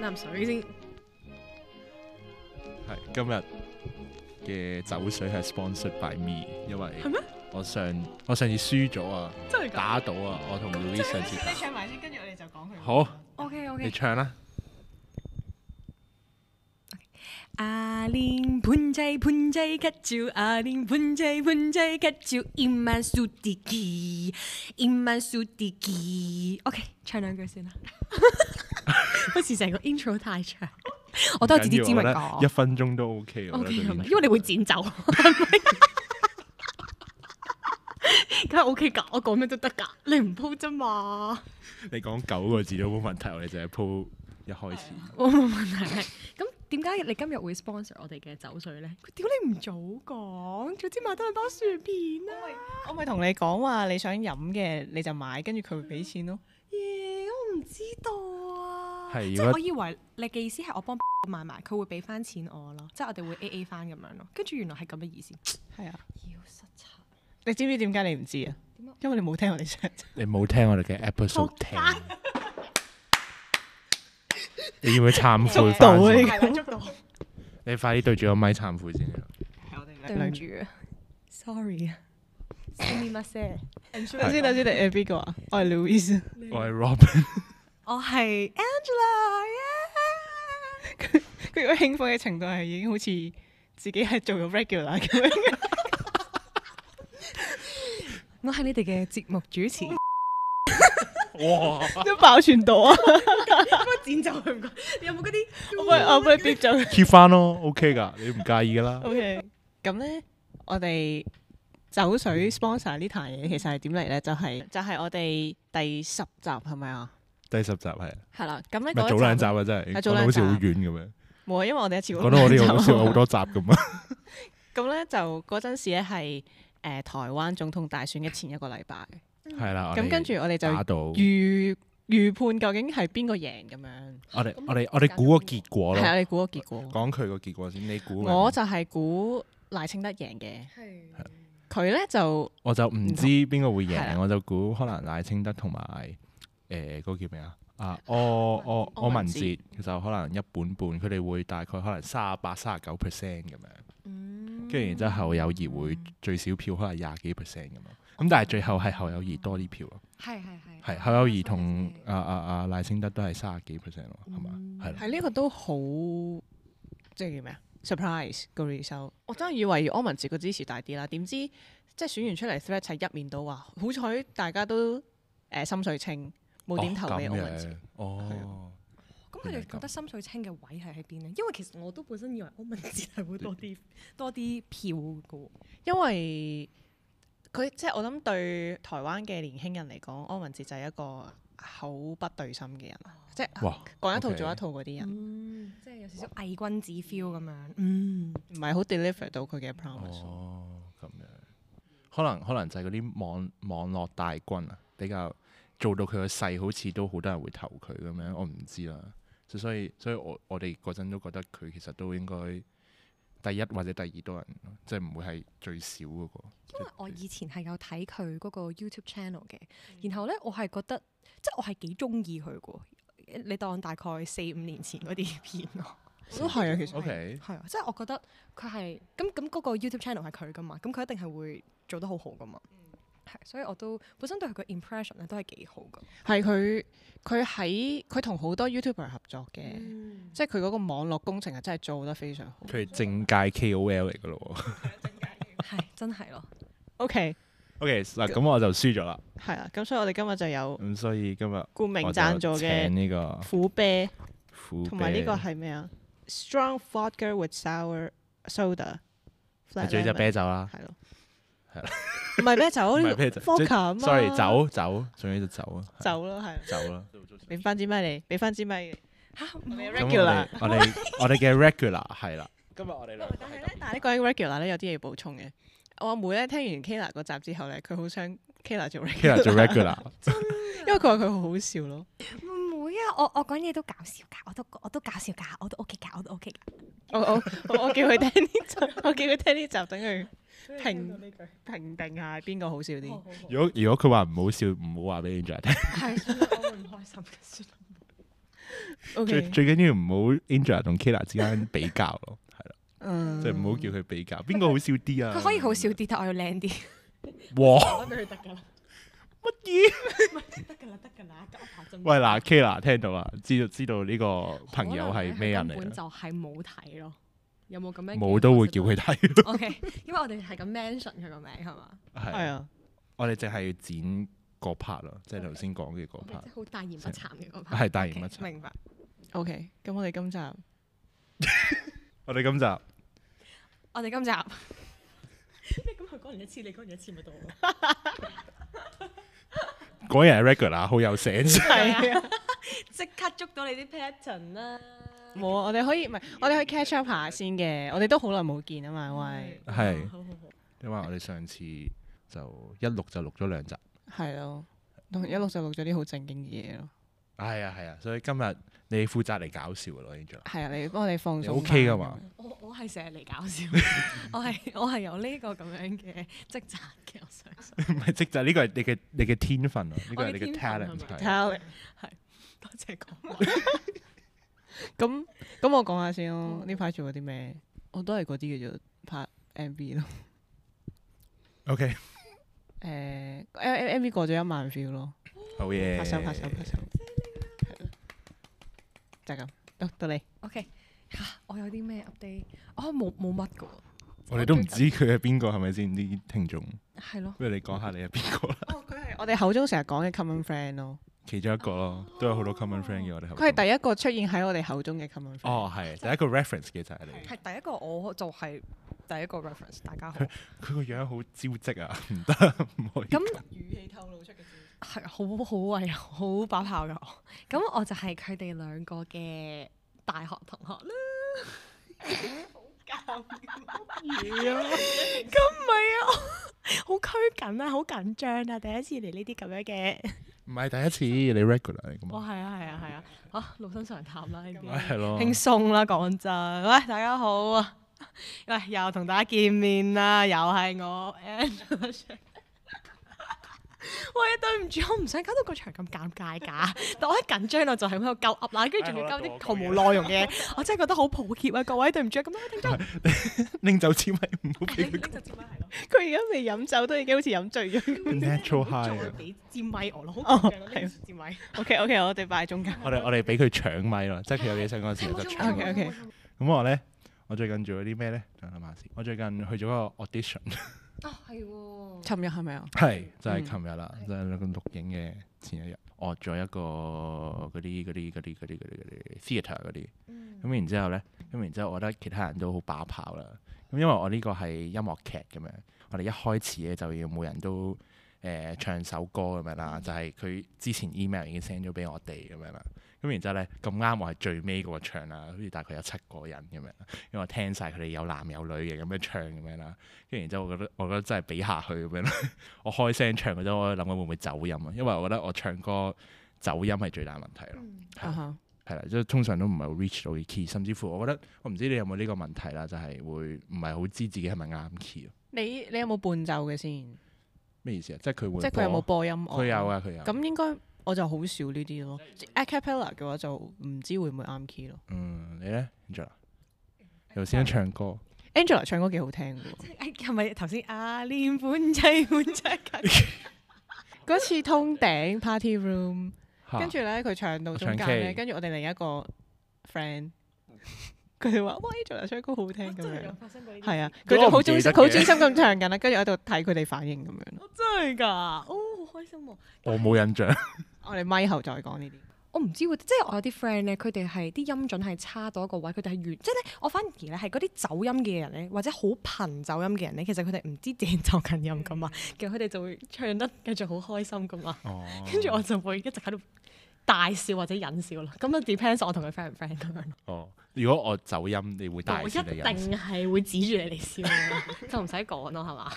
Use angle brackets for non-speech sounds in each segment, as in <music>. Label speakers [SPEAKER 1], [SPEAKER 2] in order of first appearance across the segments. [SPEAKER 1] 飲水先。
[SPEAKER 2] 係今日嘅酒水係 sponsored by me，因為
[SPEAKER 1] 係咩
[SPEAKER 2] 我上我上次輸咗啊，
[SPEAKER 1] 真係㗎
[SPEAKER 2] 打賭啊，我同 Louis 上次
[SPEAKER 3] 你
[SPEAKER 2] 打。
[SPEAKER 3] 唱埋先，跟住我哋就講佢。
[SPEAKER 2] 好，
[SPEAKER 1] ？OK
[SPEAKER 2] 你
[SPEAKER 1] OK。
[SPEAKER 2] 唱啦。
[SPEAKER 1] 阿玲盆栽盆栽卡住，阿玲盆栽盆栽卡住，伊曼蘇迪基，伊曼蘇迪基。OK，唱兩句先啦。 <laughs> 不是成個 intro 太長，我都係自知之明
[SPEAKER 2] 唔緊要啊我覺得一
[SPEAKER 1] 講。
[SPEAKER 2] 分鐘都 OK 我
[SPEAKER 1] OK
[SPEAKER 2] 覺得
[SPEAKER 1] 係咪？
[SPEAKER 2] 對
[SPEAKER 1] 因為你會剪走， <laughs> 係咪？梗係 OK 㗎，我講咩都得㗎，你唔鋪啫嘛。
[SPEAKER 2] 你講九個字都冇問題，我哋就係鋪一開始。
[SPEAKER 1] 我冇問題。咁點解你今日會 sponsor 我哋嘅酒水咧？屌你唔早講，早知買多兩包薯片啊啦！
[SPEAKER 3] 我咪同你講話，你想飲嘅你就買，跟住佢會俾錢咯。
[SPEAKER 1] 耶，我唔知道啊。
[SPEAKER 2] 係
[SPEAKER 1] 即
[SPEAKER 2] 如果
[SPEAKER 1] 係我以為你嘅意思係我幫買埋，佢會俾翻錢我咯，即係我哋會 A A 翻咁樣咯。跟住原來係咁嘅意思。
[SPEAKER 3] 係啊，
[SPEAKER 1] 妖失策，
[SPEAKER 3] 你知唔知點解你唔知啊？因為你冇聽我哋上
[SPEAKER 2] <laughs>
[SPEAKER 3] 集。
[SPEAKER 2] 你冇聽我哋嘅 episode 聽， <laughs>
[SPEAKER 1] <laughs>
[SPEAKER 2] 你要唔要懺悔翻先？
[SPEAKER 3] 到啊呢個捉到。係
[SPEAKER 2] 你快啲對住個咪懺悔先。
[SPEAKER 3] 我哋
[SPEAKER 1] 對唔住啊，sorry 啊。s 啊密 m
[SPEAKER 3] 頭先頭先你係邊個啊？我係 Louis。 <laughs>
[SPEAKER 2] 我係 Robin，
[SPEAKER 1] 我係 Angela
[SPEAKER 3] 佢佢個興奮嘅程度係已經好似自己係做咗 regular 咁樣。
[SPEAKER 1] 我係你哋嘅節目主持。
[SPEAKER 2] 哇
[SPEAKER 3] 都爆全到啊！
[SPEAKER 1] 剪走佢唔該，你有冇嗰啲？
[SPEAKER 3] 我幫你我幫你逼咗佢。
[SPEAKER 2] <laughs> ，keep 翻咯，OK 噶，你唔介意噶啦。
[SPEAKER 3] OK，咁咧，我哋酒水 sponsor 呢壇嘢其實係點嚟咧？就係、就係、我哋第十集係咪啊？
[SPEAKER 2] 第十集係，
[SPEAKER 3] 係啦，咁咧
[SPEAKER 2] 咪早兩集啊，真係
[SPEAKER 3] 係
[SPEAKER 2] 講
[SPEAKER 3] 早
[SPEAKER 2] 到
[SPEAKER 3] 兩
[SPEAKER 2] 好
[SPEAKER 3] 集
[SPEAKER 2] 似好遠咁樣，
[SPEAKER 3] 冇啊，因為我哋一次過
[SPEAKER 2] 講到我呢度
[SPEAKER 3] 兩
[SPEAKER 2] 好
[SPEAKER 3] 集
[SPEAKER 2] 似
[SPEAKER 3] 啊
[SPEAKER 2] 有好多集咁啊。
[SPEAKER 3] 咁咧就嗰陣時咧係誒台灣總統大選嘅前一個禮拜，
[SPEAKER 2] 係啦，
[SPEAKER 3] 咁跟住我哋就
[SPEAKER 2] 打到，我
[SPEAKER 3] 預預判究竟係邊個贏咁樣，
[SPEAKER 2] 哋我哋我哋估個結果
[SPEAKER 3] 係啊，
[SPEAKER 2] 咯，
[SPEAKER 3] 你估個結果，
[SPEAKER 2] 講佢個結果先，你估嘅
[SPEAKER 3] 我就係估賴清德贏嘅，
[SPEAKER 1] 係
[SPEAKER 3] 佢咧就
[SPEAKER 2] 我就唔知邊個會
[SPEAKER 3] 係
[SPEAKER 2] 贏，
[SPEAKER 3] 啦
[SPEAKER 2] 我就估可能賴清德同埋誒嗰個叫咩啊？啊，柯柯柯
[SPEAKER 3] 柯
[SPEAKER 2] 文
[SPEAKER 3] 文
[SPEAKER 2] 哲
[SPEAKER 3] 哲
[SPEAKER 2] 就可能一本半，佢哋會大概可能三十八、三十九 percent 咁樣，
[SPEAKER 1] 嗯
[SPEAKER 2] 跟住然之後侯友宜會最少票可能廿幾 percent 咁樣，咁但係最後係侯友宜多啲票咯，
[SPEAKER 1] 係係係
[SPEAKER 2] 係侯友宜同啊啊啊賴清德都係三十幾 percent 咯，係嘛？嗯係啦
[SPEAKER 3] 喺呢個都好，即係叫咩啊？surprise 個 result，我真係以為柯文哲個支持大啲啦，點知即係選完出嚟 threat 係一面倒話，好彩大家都誒、呃心水清，冇點投俾
[SPEAKER 2] 哦
[SPEAKER 3] 柯
[SPEAKER 2] 咁
[SPEAKER 3] 文哲
[SPEAKER 2] 樣。哦，
[SPEAKER 1] 咁佢哋覺得心水清嘅位係喺邊呢？因為其實我都本身以為柯文哲係會多啲 <laughs> 多啲票嘅喎。
[SPEAKER 3] 因為佢即係我諗對台灣嘅年輕人嚟講，柯文哲就係一個口不對心嘅人，即係
[SPEAKER 2] 哇，
[SPEAKER 3] 講一套
[SPEAKER 2] OK
[SPEAKER 3] 做一套嗰啲人，
[SPEAKER 1] 嗯，即係有少少偽君子 feel 咁樣。嗯，
[SPEAKER 3] 唔係好 deliver 到佢嘅 promise。
[SPEAKER 2] 哦，咁樣，可能可能就係嗰啲網網絡大軍啊，比較做到佢個勢好似都好多人會投佢咁樣，我唔知啦。所所以所以我我哋嗰陣都覺得佢其實都應該第一或者第二多人，即係唔會係最少嗰、
[SPEAKER 1] 因為
[SPEAKER 2] 個。
[SPEAKER 1] 我以前係有睇佢嗰個 YouTube channel 嘅，然後咧我係覺得即係我係幾中意佢嘅喎。你當大概四五年前嗰啲片 <laughs> 咯。
[SPEAKER 3] 都係啊，其實
[SPEAKER 2] O K，
[SPEAKER 1] 係啊，即係我覺得佢係咁咁嗰個 YouTube channel 係佢噶嘛，咁佢一定係會做得好好噶嘛。係，所以我都本身對佢嘅 impression 咧都係幾好噶。
[SPEAKER 3] 係佢佢喺佢同好多 YouTuber 合作嘅。
[SPEAKER 1] 嗯，
[SPEAKER 3] 即係佢嗰個網絡工程係真係做得非常好。
[SPEAKER 2] 佢係政界 K O L 嚟噶咯喎。
[SPEAKER 1] 係真係咯。
[SPEAKER 3] OK，
[SPEAKER 2] O K，嗱咁我就輸咗啦。
[SPEAKER 3] 係啦，咁所以我哋今日就有
[SPEAKER 2] 咁所以今日
[SPEAKER 3] 顧
[SPEAKER 2] 我
[SPEAKER 3] 明
[SPEAKER 2] 就
[SPEAKER 3] 贊助
[SPEAKER 2] 請
[SPEAKER 3] 嘅
[SPEAKER 2] 呢個
[SPEAKER 3] 苦啤，
[SPEAKER 2] 苦
[SPEAKER 3] 同埋呢個
[SPEAKER 2] 啤
[SPEAKER 3] 係咩啊？Strong vodka with sour soda。
[SPEAKER 2] 係最隻啤酒啦。
[SPEAKER 3] 係咯，
[SPEAKER 2] 係啦，
[SPEAKER 3] 唔係啤酒，
[SPEAKER 2] 唔係啤酒
[SPEAKER 3] vodka 啊嘛
[SPEAKER 2] sorry，酒酒，仲要就酒啊，係
[SPEAKER 3] 酒咯，係。
[SPEAKER 2] 酒啦。
[SPEAKER 3] 俾翻支咪你，俾翻支咪你。
[SPEAKER 1] 嚇
[SPEAKER 3] 我哋
[SPEAKER 2] 咁
[SPEAKER 3] regular，
[SPEAKER 2] 我哋我哋
[SPEAKER 3] <laughs>
[SPEAKER 2] 我哋嘅 regular 係啦。今日我哋兩個
[SPEAKER 3] 但係咧，但係呢講緊 regular 咧，有啲嘢要補充嘅。我阿妹咧聽完 Kayla 嗰集之後咧，佢好想 Kayla 做
[SPEAKER 2] Kira 做 regular，
[SPEAKER 3] 因為佢話佢好好笑咯。
[SPEAKER 1] 妹啊，我我講嘢都搞笑㗎，我都我都搞笑㗎，我都 OK 㗎，我都 OK 㗎。
[SPEAKER 3] 我我我我叫佢聽呢 <laughs> 集，我叫佢聽呢集，等佢評評定下邊個好笑
[SPEAKER 1] Ờ.
[SPEAKER 3] 啲。 <laughs>
[SPEAKER 2] 如果如果佢話唔好笑，唔好話俾 Angela 聽。
[SPEAKER 1] 係，所以我會唔開心嘅，算啦。
[SPEAKER 3] O
[SPEAKER 2] 最
[SPEAKER 3] K，
[SPEAKER 2] 最緊要唔好 Angela 同 Kila 之間比較咯，係啦，
[SPEAKER 3] 嗯，
[SPEAKER 2] 即係唔好叫佢比較，邊個好笑啲啊？
[SPEAKER 1] 佢可以好笑啲，但我要靚 <laughs> 啲。
[SPEAKER 2] 哇！
[SPEAKER 1] 揾到佢得㗎啦，
[SPEAKER 2] 乜嘢？
[SPEAKER 1] 得㗎啦，得㗎啦，得我爬針
[SPEAKER 2] 喂嗱，Kila 聽到啊，知道知道呢個朋友係咩人
[SPEAKER 1] 可能咧佢根
[SPEAKER 2] 嚟
[SPEAKER 1] 本
[SPEAKER 2] 啦？
[SPEAKER 1] 就係冇睇咯，有冇咁樣？
[SPEAKER 2] 冇都會叫佢。睇，
[SPEAKER 1] <laughs> O K，因為我哋係咁 mention 佢個名係嘛？
[SPEAKER 3] 係
[SPEAKER 2] 係
[SPEAKER 3] 啊，
[SPEAKER 2] 我哋淨係剪嗰 part 咯，即係頭先講嘅嗰 part
[SPEAKER 1] 即係好大言不慚嘅嗰排。
[SPEAKER 2] 係大言不慚
[SPEAKER 1] OK，明白。
[SPEAKER 3] OK，咁我哋今集
[SPEAKER 2] 我哋今集係
[SPEAKER 1] 我哋今集咩？咁佢講完一次，你講完一次咪到咯？
[SPEAKER 2] 果然係 regular，好有 <laughs> sense。
[SPEAKER 3] 係啊，
[SPEAKER 1] 即刻捉到你啲 pattern 啦！
[SPEAKER 3] 冇啊，我哋可以唔係，我哋可以 catch up 下先嘅，我哋都好耐冇見啊嘛，喂，
[SPEAKER 2] 係
[SPEAKER 1] 好好好，
[SPEAKER 2] 因為我哋上次就一錄就錄咗兩集，
[SPEAKER 3] 係咯，同一錄就錄咗啲好正經嘅嘢咯，
[SPEAKER 2] 係啊係啊，所以今日你負責嚟搞笑嘅咯，Angela。
[SPEAKER 3] 係啊，你幫我哋放
[SPEAKER 2] 你
[SPEAKER 3] 鬆
[SPEAKER 2] OK
[SPEAKER 3] 㗎
[SPEAKER 2] 噶嘛？？
[SPEAKER 1] 我我係成日嚟搞笑，我係我係有呢個咁樣嘅職責嘅，我相信。
[SPEAKER 2] 唔係職責，呢個係你嘅你嘅天分啊，呢個係你
[SPEAKER 1] 我嘅
[SPEAKER 2] 嘅
[SPEAKER 1] 天分
[SPEAKER 2] talent
[SPEAKER 1] 係咪
[SPEAKER 2] 係。
[SPEAKER 3] Talent
[SPEAKER 1] 多謝講。
[SPEAKER 3] 咁咁我講下先咯，
[SPEAKER 1] 嗯
[SPEAKER 3] 呢排做過啲咩？我都係嗰啲叫做拍 MV 咯，
[SPEAKER 2] O K，
[SPEAKER 3] 誒 MV 過咗一萬 view 咯，
[SPEAKER 2] 好嘢。
[SPEAKER 3] 拍手拍手拍手，係咯就係咁，到到你，
[SPEAKER 1] OK，嚇、我有啲咩 update？哦，冇冇乜嘅喎，
[SPEAKER 2] 我哋都唔知佢係邊個係咪先啲聽眾，
[SPEAKER 1] 係咯。
[SPEAKER 2] 不如你講下你係邊個啦？
[SPEAKER 3] 哦佢係我哋口中成日講嘅 common friend 咯，
[SPEAKER 2] <laughs> 其中一個咯，都有好多 common friend 嘅我哋。
[SPEAKER 3] 佢係第一個出現喺我哋口中嘅 common friend。
[SPEAKER 2] 哦，係第一個 reference 嘅就係你。
[SPEAKER 1] 係第一個，我就係第一個 reference。大家好，
[SPEAKER 2] 佢個樣好招積啊， <laughs> 唔得，唔可以。
[SPEAKER 1] 咁
[SPEAKER 3] 語氣透露出嘅字。
[SPEAKER 1] 係好好威，好把炮嘅我。咁我就係佢哋兩個嘅大學同學啦。咁唔係啊，我好 <laughs> 拘謹啊，好緊張啊，第一次嚟呢啲咁樣嘅。
[SPEAKER 2] 唔係第一次，你 regular 嚟噶
[SPEAKER 1] 哇，
[SPEAKER 2] 嘛？
[SPEAKER 1] 係啊，係啊，係啊，啊，老生常談啦呢
[SPEAKER 2] 唉
[SPEAKER 1] 啲。
[SPEAKER 2] 係咯，
[SPEAKER 1] 輕鬆啦，講真。喂，大家好啊！喂，又同大家見面啦，又係我 Angela Shan 喂，對唔住，我唔想搞到個場咁尷尬㗎。但我一緊張我就係咁喺度鳩噏啦，跟住仲要鳩
[SPEAKER 3] 啊
[SPEAKER 1] 啲毫無內容嘅，我真係覺得好抱歉啊！各位對唔住啊，咁多位聽眾，
[SPEAKER 2] 拎走支咪唔好
[SPEAKER 1] 你
[SPEAKER 2] 俾
[SPEAKER 1] 拎 <laughs>
[SPEAKER 2] 佢
[SPEAKER 1] 就接咪係咯。
[SPEAKER 3] 佢而家未飲酒都已經好似飲醉 <laughs> 咗。
[SPEAKER 2] natural
[SPEAKER 1] 再
[SPEAKER 3] 哦
[SPEAKER 2] high 啊！
[SPEAKER 1] 俾支咪我咯，好緊張
[SPEAKER 3] 啊
[SPEAKER 1] 咯，拎住支咪。
[SPEAKER 3] OK OK，我哋擺喺中間。
[SPEAKER 2] 我哋我哋俾佢搶咪咯，即係佢有嘢想講嘅時候
[SPEAKER 1] 啊
[SPEAKER 2] 就搶
[SPEAKER 3] OK，OK
[SPEAKER 2] 咪。咁我咧，我最近做咗啲咩咧？等我諗下先。我最近去咗個 audition。
[SPEAKER 1] 啊，係喎。
[SPEAKER 3] 尋日係咪啊？
[SPEAKER 2] 係就係
[SPEAKER 3] 嗯
[SPEAKER 2] 琴日啦，就係個錄影嘅前一日，我咗一個嗰啲嗰啲嗰啲嗰啲嗰啲嗰啲 theatre 嗰啲，咁然之後咧，咁然之後我覺得其他人都好把炮啦，咁因為我呢個係音樂劇咁樣，我哋一開始咧就要每人都誒、呃唱首歌咁樣啦，就係佢之前 email 已經 send 咗俾我哋咁樣啦。咁然之後咧，咁啱我係最尾嗰個唱啦，好似大概有七個人咁樣，因為我聽晒佢哋有男有女嘅咁樣唱咁樣啦，跟住然之後我覺得我覺得真係比下去咁樣啦，我開聲唱嗰陣，我諗緊會唔會走音啊，因為我覺得我唱歌走音係最大問題咯。
[SPEAKER 3] 啊哈
[SPEAKER 2] 係啦，即係通常都唔係好 reach 到嘅 key，甚至乎我覺得我唔知你有冇呢個問題啦，就係會唔係好知自己係咪啱 key 咯
[SPEAKER 3] 你你有冇伴奏嘅先？
[SPEAKER 2] 咩意思啊？即係佢會
[SPEAKER 3] 即係佢有冇
[SPEAKER 2] 播
[SPEAKER 3] 播音樂？
[SPEAKER 2] 佢有。啊，佢有。
[SPEAKER 3] 咁應該我就好少呢啲咯。a cappella 嘅話就唔知會唔會啱 key 咯。
[SPEAKER 2] 嗯，你咧 Angela 頭先唱歌，
[SPEAKER 3] Angela 唱歌幾好聽嘅喎。
[SPEAKER 1] 誒哎係咪頭先啊？練本仔本仔
[SPEAKER 3] <laughs> 嗰次通頂 party room，
[SPEAKER 2] 嚇
[SPEAKER 3] 跟住咧佢唱到中間
[SPEAKER 2] 啊唱
[SPEAKER 3] 咧，
[SPEAKER 2] K
[SPEAKER 3] 跟住我哋另一個 friend，佢哋話：哇，Angela 唱歌好 <laughs> 聽咁樣。
[SPEAKER 1] 發生過呢
[SPEAKER 3] 係啊，
[SPEAKER 2] 如果
[SPEAKER 3] 佢就
[SPEAKER 2] 我唔
[SPEAKER 3] 好
[SPEAKER 2] 記
[SPEAKER 3] 專
[SPEAKER 2] 得
[SPEAKER 3] 心，
[SPEAKER 2] 嘅
[SPEAKER 3] 好專心咁唱緊啦，跟住喺度睇佢哋反應咁樣咯。
[SPEAKER 1] 真係㗎，哦，好開心喎！
[SPEAKER 2] 我冇印象，
[SPEAKER 3] 我哋咪後再講呢啲。
[SPEAKER 1] 我唔知喎，即係我有啲 friend 咧，佢哋係啲音準係差到一個位，佢哋係完，即係咧，我反而咧係嗰啲走音嘅人咧，或者好頻走音嘅人咧，其實佢哋唔知自己走緊音噶嘛，其實佢哋就會唱得繼續好開心噶嘛，
[SPEAKER 2] 嗯哦，
[SPEAKER 1] 跟住我就會一直喺度大笑或者忍笑啦，咁啊 depends on 我同佢 friend 唔 friend 咁樣咯。
[SPEAKER 2] 哦，如果我走音，你會 <laughs> 大
[SPEAKER 1] 我一
[SPEAKER 2] 聲
[SPEAKER 1] 定
[SPEAKER 2] 定人，
[SPEAKER 1] 係會指住你嚟笑嘅，
[SPEAKER 2] <laughs>
[SPEAKER 1] 就唔使講咯，係嘛？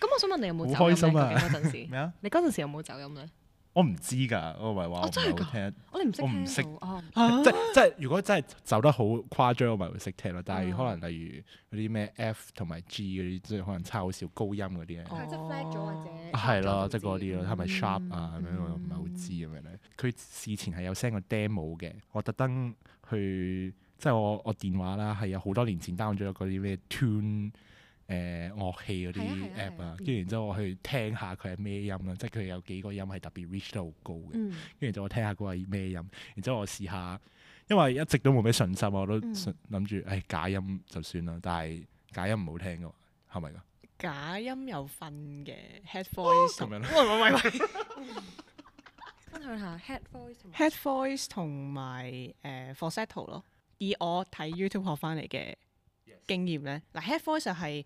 [SPEAKER 1] 咁我想問你有冇
[SPEAKER 2] 好
[SPEAKER 1] 走
[SPEAKER 2] 開
[SPEAKER 1] 音
[SPEAKER 2] 心
[SPEAKER 1] 咧？
[SPEAKER 2] 啊 <laughs>
[SPEAKER 1] 究竟嗰陣時，
[SPEAKER 2] 咩啊？
[SPEAKER 1] 你嗰陣時有冇走音咧？
[SPEAKER 2] 我我唔知㗎，我唔係話我
[SPEAKER 1] 哦
[SPEAKER 2] 唔
[SPEAKER 1] 真係
[SPEAKER 2] 係好
[SPEAKER 1] 㗎
[SPEAKER 2] 聽，
[SPEAKER 1] 我哋唔識
[SPEAKER 2] 我唔識
[SPEAKER 1] 聽到哦。
[SPEAKER 2] 即即係如果真係走得好誇張，我咪會識聽咯。但係
[SPEAKER 1] 嗯
[SPEAKER 2] 可能例如嗰啲咩 F 同埋 G 嗰啲，即係可能差好少高音嗰啲咧。
[SPEAKER 3] 哦
[SPEAKER 1] 係即係 flat 咗或者
[SPEAKER 2] 係
[SPEAKER 1] 啦，
[SPEAKER 2] 啦，即係嗰啲咯，係咪 sharp 啊咁樣，我又唔係好
[SPEAKER 1] 嗯
[SPEAKER 2] 知咁樣咧。佢事前係有 send 個 demo 嘅，我特登去即係我我電話啦，係有好多年前 down 咗嗰啲咩 tune 誒、呃、樂器嗰
[SPEAKER 1] 係啊
[SPEAKER 2] 啲
[SPEAKER 1] 係啊
[SPEAKER 2] app
[SPEAKER 1] 係
[SPEAKER 2] 啊
[SPEAKER 1] 啊，
[SPEAKER 2] 跟住然之後我去聽下佢係咩音啦，即係佢有幾個音係特別 reach 得好高嘅。
[SPEAKER 1] 嗯，
[SPEAKER 2] 跟住就我聽下嗰係咩音，然之後我試下，因為一直都冇咩信心，我都
[SPEAKER 1] 嗯
[SPEAKER 2] 信諗住，唉、假音就算啦，但係假音唔好聽噶嘛，係咪噶？啊
[SPEAKER 3] 假音又瞓嘅 head voice
[SPEAKER 2] 咁
[SPEAKER 3] 同
[SPEAKER 2] 樣
[SPEAKER 3] 喂
[SPEAKER 2] 啦
[SPEAKER 3] 哦
[SPEAKER 2] <laughs>
[SPEAKER 3] 喂喂喂
[SPEAKER 1] 分享下 head voice 同埋
[SPEAKER 3] 呃 head voice 同埋誒 falsetto 咯。以我睇 YouTube 學翻嚟嘅經驗咧，嗱 head voice 就係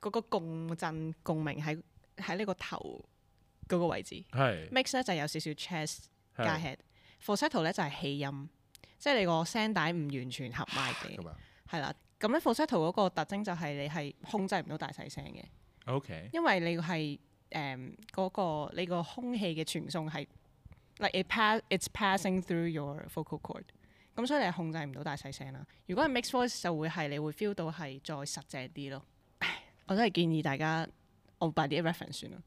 [SPEAKER 3] 嗰個共振共鳴喺喺呢個頭嗰個位置
[SPEAKER 2] 係
[SPEAKER 3] ，mix 咧就有少少 chest 加 head，falsetto 咧就係氣音，即係你個聲帶唔完全合埋嘅，
[SPEAKER 2] 咁啊
[SPEAKER 3] 係啦。咁咧 falsetto 嗰個特徵就係你係控制唔到大細聲嘅。
[SPEAKER 2] ，OK，
[SPEAKER 3] 因為你係誒嗰個你個空氣嘅傳送係，like it pass it's passing through your vocal cord，咁所以你係控制唔到大細聲啦。如果係 mixed voice 就會係你會 feel 到係再實淨啲咯。唉我都係建議大家我擺啲 reference 算啦，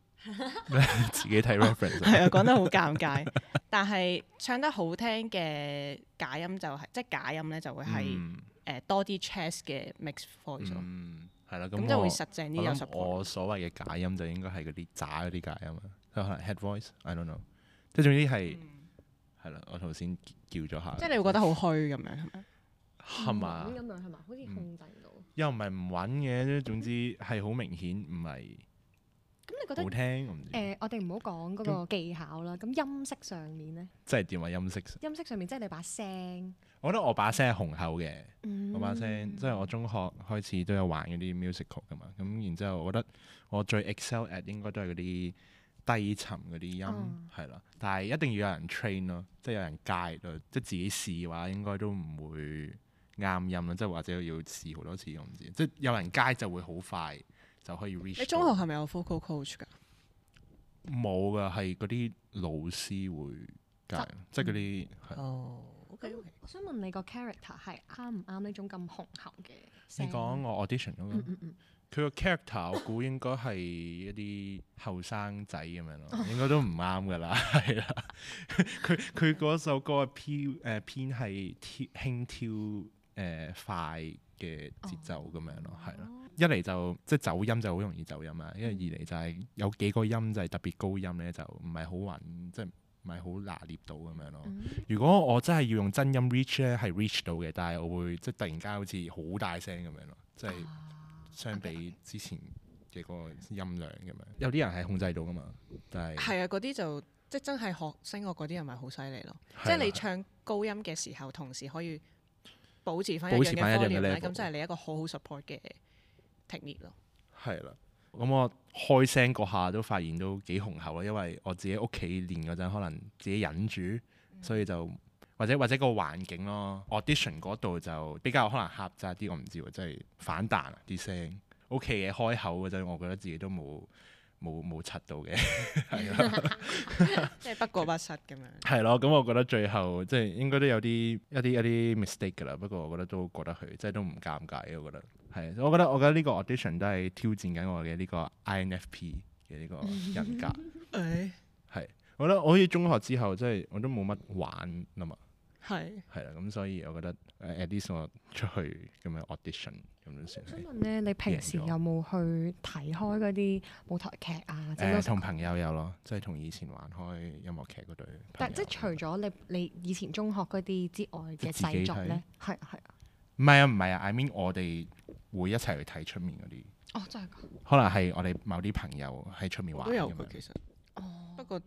[SPEAKER 2] 自己
[SPEAKER 3] <laughs>
[SPEAKER 2] 睇 reference
[SPEAKER 3] 係啊，講得好尷尬。但係唱得好聽嘅假音就係、即係假音咧就會係誒、
[SPEAKER 2] 嗯
[SPEAKER 3] 呃多啲 chest 嘅 mixed voice 咯，
[SPEAKER 2] 嗯，係啦，咁
[SPEAKER 3] 咁就會
[SPEAKER 2] 我
[SPEAKER 3] 實淨啲有
[SPEAKER 2] 我
[SPEAKER 3] s
[SPEAKER 2] 諗我所謂嘅假音就應該係嗰啲渣嗰啲假音啊，即係可
[SPEAKER 3] 嗯
[SPEAKER 2] 能 head voice，I don't know，即係總之係係啦，我頭先叫咗下，
[SPEAKER 3] 即係你會覺得好虛咁樣係咪？
[SPEAKER 2] 係嘛？嗯
[SPEAKER 1] 咁樣係嘛？好似控制唔到。
[SPEAKER 2] 又唔係唔穩嘅，總之係好明顯唔係
[SPEAKER 1] 咁你覺得
[SPEAKER 2] 好聽，我唔知。
[SPEAKER 1] 誒，我哋唔好講嗰個技巧啦。咁音色上面咧，
[SPEAKER 2] 即係點話音色？
[SPEAKER 1] 音色上面即係你把聲，
[SPEAKER 2] 我覺得我把聲係雄厚嘅，我
[SPEAKER 1] 我
[SPEAKER 2] 把
[SPEAKER 1] 嗯
[SPEAKER 2] 聲即係我中學開始都有玩嗰啲 musical 噶嘛。咁然之後，我覺得我最 excel at 應該都係嗰啲低沉嗰啲音
[SPEAKER 1] 哦
[SPEAKER 2] 係啦、但係一定要有人 train 咯，即係有人 guide 咯，即係自己試嘅話應該都唔會啱音啦。即係或者要試好多次，我唔知。即係有人 guide 就會好快就可以 reach 到。
[SPEAKER 3] 你中學係咪有 vocal coach 㗎？
[SPEAKER 2] 冇噶，係嗰啲老師會 guide，即係嗰啲
[SPEAKER 1] 嗯
[SPEAKER 2] 係
[SPEAKER 3] 哦，OK OK，
[SPEAKER 1] 我想問你個 character 係啱唔啱呢種咁雄厚嘅聲？
[SPEAKER 2] 你講我 audition 嗰個
[SPEAKER 1] 嗯，嗯嗯，
[SPEAKER 2] 佢個 character 我估應該係一啲後生仔咁樣
[SPEAKER 1] 哦
[SPEAKER 2] 咯，應該都唔啱噶啦， <laughs> 係啦。佢佢嗰首歌係偏誒偏係挑輕挑誒、呃快嘅節奏咁樣咯，係啦。
[SPEAKER 1] 哦
[SPEAKER 2] 一嚟就即係走音就好容易走音啦，因為二嚟就係有幾個音就係特別高音咧，就唔係好穩，即係唔係好拿捏到咁樣咯。
[SPEAKER 1] 嗯
[SPEAKER 2] 如果我真係要用真音 reach 咧，係 reach 到嘅，但係我會即係突然間好似好大聲咁樣咯，即係
[SPEAKER 1] 啊
[SPEAKER 2] 相比之前嘅嗰個音量咁樣。有啲人係控制到噶嘛，但係
[SPEAKER 3] 係啊，嗰啲就即係真係學聲樂嗰啲人咪好犀利咯，
[SPEAKER 2] 係啊
[SPEAKER 3] 即係
[SPEAKER 2] 啦
[SPEAKER 3] 你唱高音嘅時候，同時可以保持翻一
[SPEAKER 2] 保
[SPEAKER 3] 樣
[SPEAKER 2] 持
[SPEAKER 3] 嘅
[SPEAKER 2] 返一樣嘅
[SPEAKER 3] volume 咧，
[SPEAKER 2] level
[SPEAKER 3] 咁就係你一個好好 support 嘅 technique 咯。
[SPEAKER 2] 係啦。咁我開聲嗰下都發現都幾雄厚啦，因為我自己屋企練嗰陣，可能自己忍住，
[SPEAKER 3] 嗯
[SPEAKER 2] 所以就或者或者個環境咯，audition 嗰度就比較可能狹窄啲，我唔知喎，即係反彈啊啲聲。屋企嘅開口嗰陣，我覺得自己都冇冇冇柒到嘅。
[SPEAKER 3] 即係不過不失咁樣。
[SPEAKER 2] 係咯，咁我覺得最後即係應該都有啲一啲一啲 mistake 㗎啦，不過我覺得都過得去，即係都唔尷尬嘅，我覺得係。我覺得我覺得呢個 audition 都係挑戰緊我嘅呢個 INFP 嘅呢個人格，
[SPEAKER 3] 誒，
[SPEAKER 2] 係。我覺得我好似中學之後，即係我都冇乜玩啦嘛，
[SPEAKER 3] 係
[SPEAKER 2] 係啦，咁所以我覺得誒 at least 我出去咁樣 audition 咁樣算
[SPEAKER 1] 想 <laughs>
[SPEAKER 2] 係。
[SPEAKER 1] 問咧，你平時
[SPEAKER 2] 贏咗
[SPEAKER 1] 有冇去睇開嗰啲舞台劇啊？整到
[SPEAKER 2] 誒同朋友有咯，即係同以前玩開音樂劇嗰隊朋友。
[SPEAKER 1] 但即係除 <laughs> 咗你你以前中學嗰啲之外嘅
[SPEAKER 2] 即係自己
[SPEAKER 1] 製作咧，係啊係啊，
[SPEAKER 2] 唔係啊，唔係啊，I mean 我哋會一齊去睇出面嗰啲。
[SPEAKER 1] 哦真係㗎，
[SPEAKER 2] 可能係我哋某啲朋友喺出面
[SPEAKER 3] 我
[SPEAKER 2] 玩
[SPEAKER 3] 都有
[SPEAKER 2] 咁
[SPEAKER 3] 佢
[SPEAKER 2] 樣
[SPEAKER 3] 其實，
[SPEAKER 1] 哦
[SPEAKER 3] 不過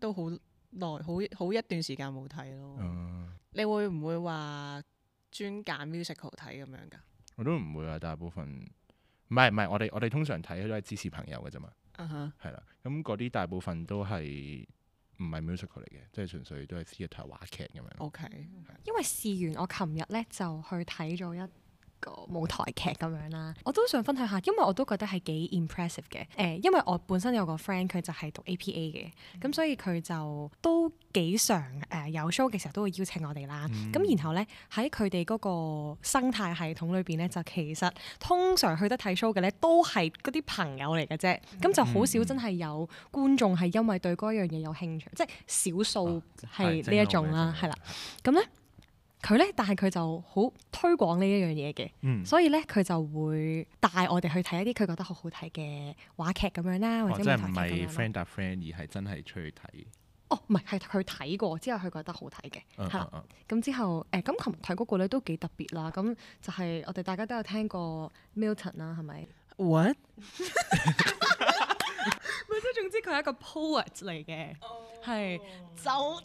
[SPEAKER 3] 都好耐，好好一段時間冇睇咯。
[SPEAKER 2] 嗯
[SPEAKER 3] 你會唔會話專揀 musical 睇咁樣㗎？
[SPEAKER 2] 我都唔會啊，大部分唔係唔係，我哋我哋通常睇都係支持朋友嘅啫嘛，
[SPEAKER 3] 啊哈，
[SPEAKER 2] 係啦。咁嗰啲大部分都係唔係 musical 嚟嘅，即係純粹都係
[SPEAKER 1] 哦
[SPEAKER 2] theatre 話劇咁樣。
[SPEAKER 3] OK，
[SPEAKER 1] 因為試完我琴日咧就去睇咗一個舞台劇咁樣啦。我都想分享下，因為我都覺得係幾 impressive 嘅。誒、因為我本身有個 friend 佢就係讀 APA 嘅，咁所以佢就都幾常誒、有 show 嘅時候都會邀請我哋啦。
[SPEAKER 2] 嗯
[SPEAKER 1] 咁、然後咧喺佢哋嗰個生態系統裏邊咧，就其實通常去得睇 show 嘅咧都係嗰啲朋友嚟嘅啫，咁就
[SPEAKER 2] 嗯
[SPEAKER 1] 好少真係有觀眾係因為對嗰樣嘢有興趣，即係少
[SPEAKER 2] 啊
[SPEAKER 1] 數係呢一種啦，係啦。咁咧佢咧，但係佢就好推廣呢一樣嘢嘅。
[SPEAKER 2] 嗯，
[SPEAKER 1] 所以咧，佢就會帶我哋去睇一啲佢覺得好好睇嘅話劇咁樣啦，或者
[SPEAKER 2] 或
[SPEAKER 1] 舞
[SPEAKER 2] 者
[SPEAKER 1] 台
[SPEAKER 2] 唔
[SPEAKER 1] 劇
[SPEAKER 2] 哦係
[SPEAKER 1] 咁樣啦
[SPEAKER 2] friend 搭 friend，而係真係出去睇。
[SPEAKER 1] 哦，唔係，係佢睇過之後，佢覺得好睇嘅，
[SPEAKER 2] 嗯
[SPEAKER 1] 係啦。
[SPEAKER 2] 嗯
[SPEAKER 1] 咁之後誒，咁琴日睇嗰個咧都幾特別啦。咁就係我哋大家都有聽過 Milton 啦，係咪？
[SPEAKER 3] What？
[SPEAKER 1] 咪即係總之佢係一個 poet 嚟嘅，
[SPEAKER 3] 哦
[SPEAKER 1] 係、就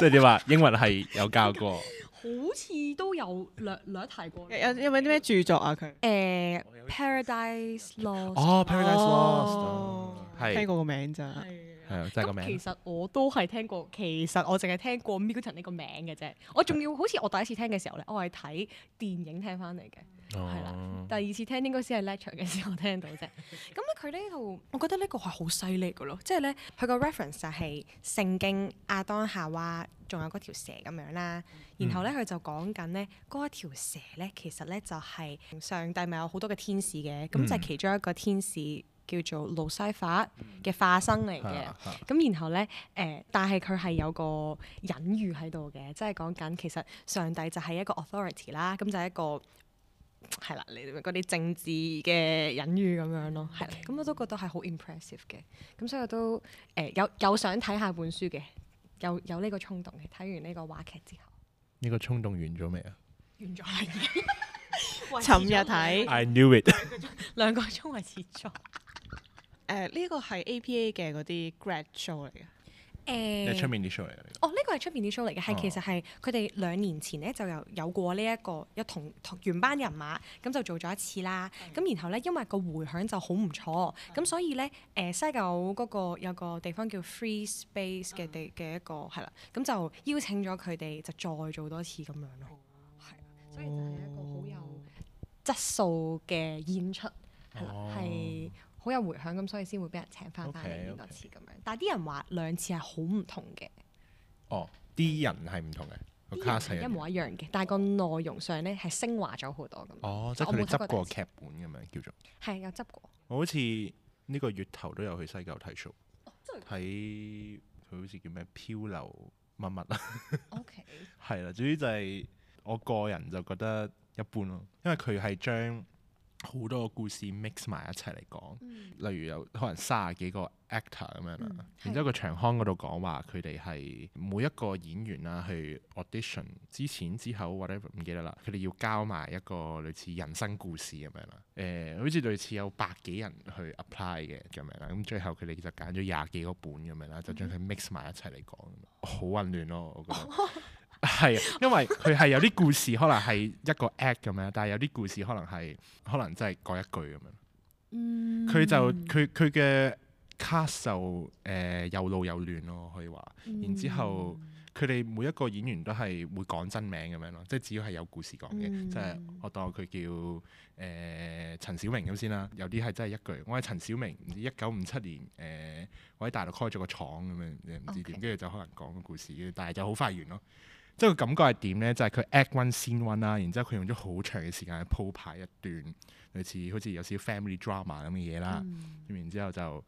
[SPEAKER 2] 即係你話英文係有
[SPEAKER 1] <laughs>
[SPEAKER 2] 教過，
[SPEAKER 1] 好似都有略略提過。
[SPEAKER 3] 有
[SPEAKER 2] 哦
[SPEAKER 3] 有有冇啲咩著作啊？佢
[SPEAKER 1] 誒 Paradise Lost
[SPEAKER 2] 哦，Paradise Lost，
[SPEAKER 3] 哦
[SPEAKER 2] 嗯係
[SPEAKER 3] 聽過個名咋？
[SPEAKER 2] 係啊，真係個
[SPEAKER 1] 咁其
[SPEAKER 2] 名。
[SPEAKER 1] 實我都係聽過，其實我淨係聽過 Milton 呢個名嘅啫。我仲要好似我第一次聽嘅時候咧，我係睇電影聽翻嚟嘅。係啦
[SPEAKER 2] 哦
[SPEAKER 1] 第二次聽應該先係 lecture 嘅時候聽到啫。咁咧佢呢度，我覺得呢個係好犀利嘅咯，即係咧佢個 reference 就係聖經亞當夏娃，仲有嗰條蛇咁樣啦。然後咧佢就講緊咧嗰一條蛇咧，其實咧就係、上帝咪有好多嘅天使嘅，咁就係其中一個天使叫做路西法嘅化身嚟嘅。
[SPEAKER 2] 啊啊
[SPEAKER 1] 咁然後咧，誒、但係佢係有個隱喻喺度嘅，即係講緊其實上帝就係一個 authority 啦，咁就係一個係啦，你嗰啲政治嘅隱喻咁樣咯，係啦，咁我都覺得係好 impressive 嘅，咁所以我都誒、有有想睇下本書嘅，有有呢個衝動嘅，睇完呢個話劇之後
[SPEAKER 2] 呢個衝動完咗未啊
[SPEAKER 1] 完咗啦已經 <laughs> 維持咗
[SPEAKER 3] 尋日
[SPEAKER 1] <laughs>
[SPEAKER 3] 睇
[SPEAKER 2] ？I knew it。
[SPEAKER 1] 兩個鐘維持咗，誒、
[SPEAKER 3] 誒呢個係 APA 嘅嗰啲 grad show 嚟嘅。
[SPEAKER 2] 你出面啲 show 嚟㗎呢
[SPEAKER 1] 哦，呢個係出邊啲 show 嚟嘅，係、
[SPEAKER 2] 哦
[SPEAKER 1] 其實係佢哋兩年前咧就有有過呢、一個一同同原班人馬咁就做咗一次啦。咁、然後咧，因為個迴響就好唔錯，咁所以咧誒、西九嗰個有個地方叫 Free Space 嘅地嘅一個係啦，咁就邀請咗佢哋就再做多次咁樣咯。係啊，所以就係一個好有質素嘅演出，係啦，
[SPEAKER 2] 哦
[SPEAKER 1] 係、好有迴響咁，所以先會俾人請翻翻嚟
[SPEAKER 2] OK，OK
[SPEAKER 1] 演多次咁樣。但係啲人話兩次係好唔同嘅。
[SPEAKER 2] 個哦，啲人係唔同嘅，個
[SPEAKER 1] 啲
[SPEAKER 2] cast
[SPEAKER 1] 人係
[SPEAKER 2] 係
[SPEAKER 1] 一
[SPEAKER 2] 唔同
[SPEAKER 1] 模一樣嘅，但係個內容上咧係升華咗好多咁。
[SPEAKER 2] 哦，即係
[SPEAKER 1] 我
[SPEAKER 2] 佢
[SPEAKER 1] 冇
[SPEAKER 2] 哋執
[SPEAKER 1] 睇過
[SPEAKER 2] 過
[SPEAKER 1] 第一次
[SPEAKER 2] 劇本咁樣叫做。
[SPEAKER 1] 係有執過，
[SPEAKER 2] 我好似呢個月頭都有去西九睇 show，
[SPEAKER 1] 哦真係
[SPEAKER 2] 睇佢好似叫咩漂流乜乜啊，
[SPEAKER 1] O K。
[SPEAKER 2] 係啦，總之就係我個人就覺得一般咯，因為佢係將好多個故事 mix 埋一齊嚟講，例如有可能三十幾個 actor 咁樣啦，
[SPEAKER 1] 嗯
[SPEAKER 2] 然之後個場刊嗰度講話佢哋係每一個演員啦去 audition 之前之後 whatever 唔記得啦，佢哋要交埋一個類似人生故事咁樣啦，誒、好似類似有百幾人去 apply 嘅咁樣啦，咁最後佢哋就揀咗廿幾個本咁樣啦，就將佢 mix 埋一齊嚟講，好混亂咯，我覺得。係啊，因為佢係有啲故事可能係一個 act 咁樣，但係有啲故事可能係可能真係講一句咁樣。
[SPEAKER 1] 嗯
[SPEAKER 2] 佢就佢佢嘅 cast 就誒、呃又老又亂咯，可以話。然之後
[SPEAKER 1] 嗯
[SPEAKER 2] 佢哋每一個演員都係會講真名咁樣咯，即係只要係有故事講嘅，
[SPEAKER 1] 嗯
[SPEAKER 2] 即係我當佢叫誒、呃、陳小明咁先啦。有啲係真係一句，我係陳小明，唔知一九五七年誒、呃我喺大陸開咗個廠咁樣，唔知點，
[SPEAKER 1] OK
[SPEAKER 2] 跟住就可能講個故事，跟住但係就好快完咯。即係個感覺係點咧？就係、佢 act one 先 one 啦，然之後佢用咗好長嘅時間去鋪排一段類似好似有少少 family drama 咁嘅嘢啦。
[SPEAKER 1] 嗯
[SPEAKER 2] 咁然之後就誒，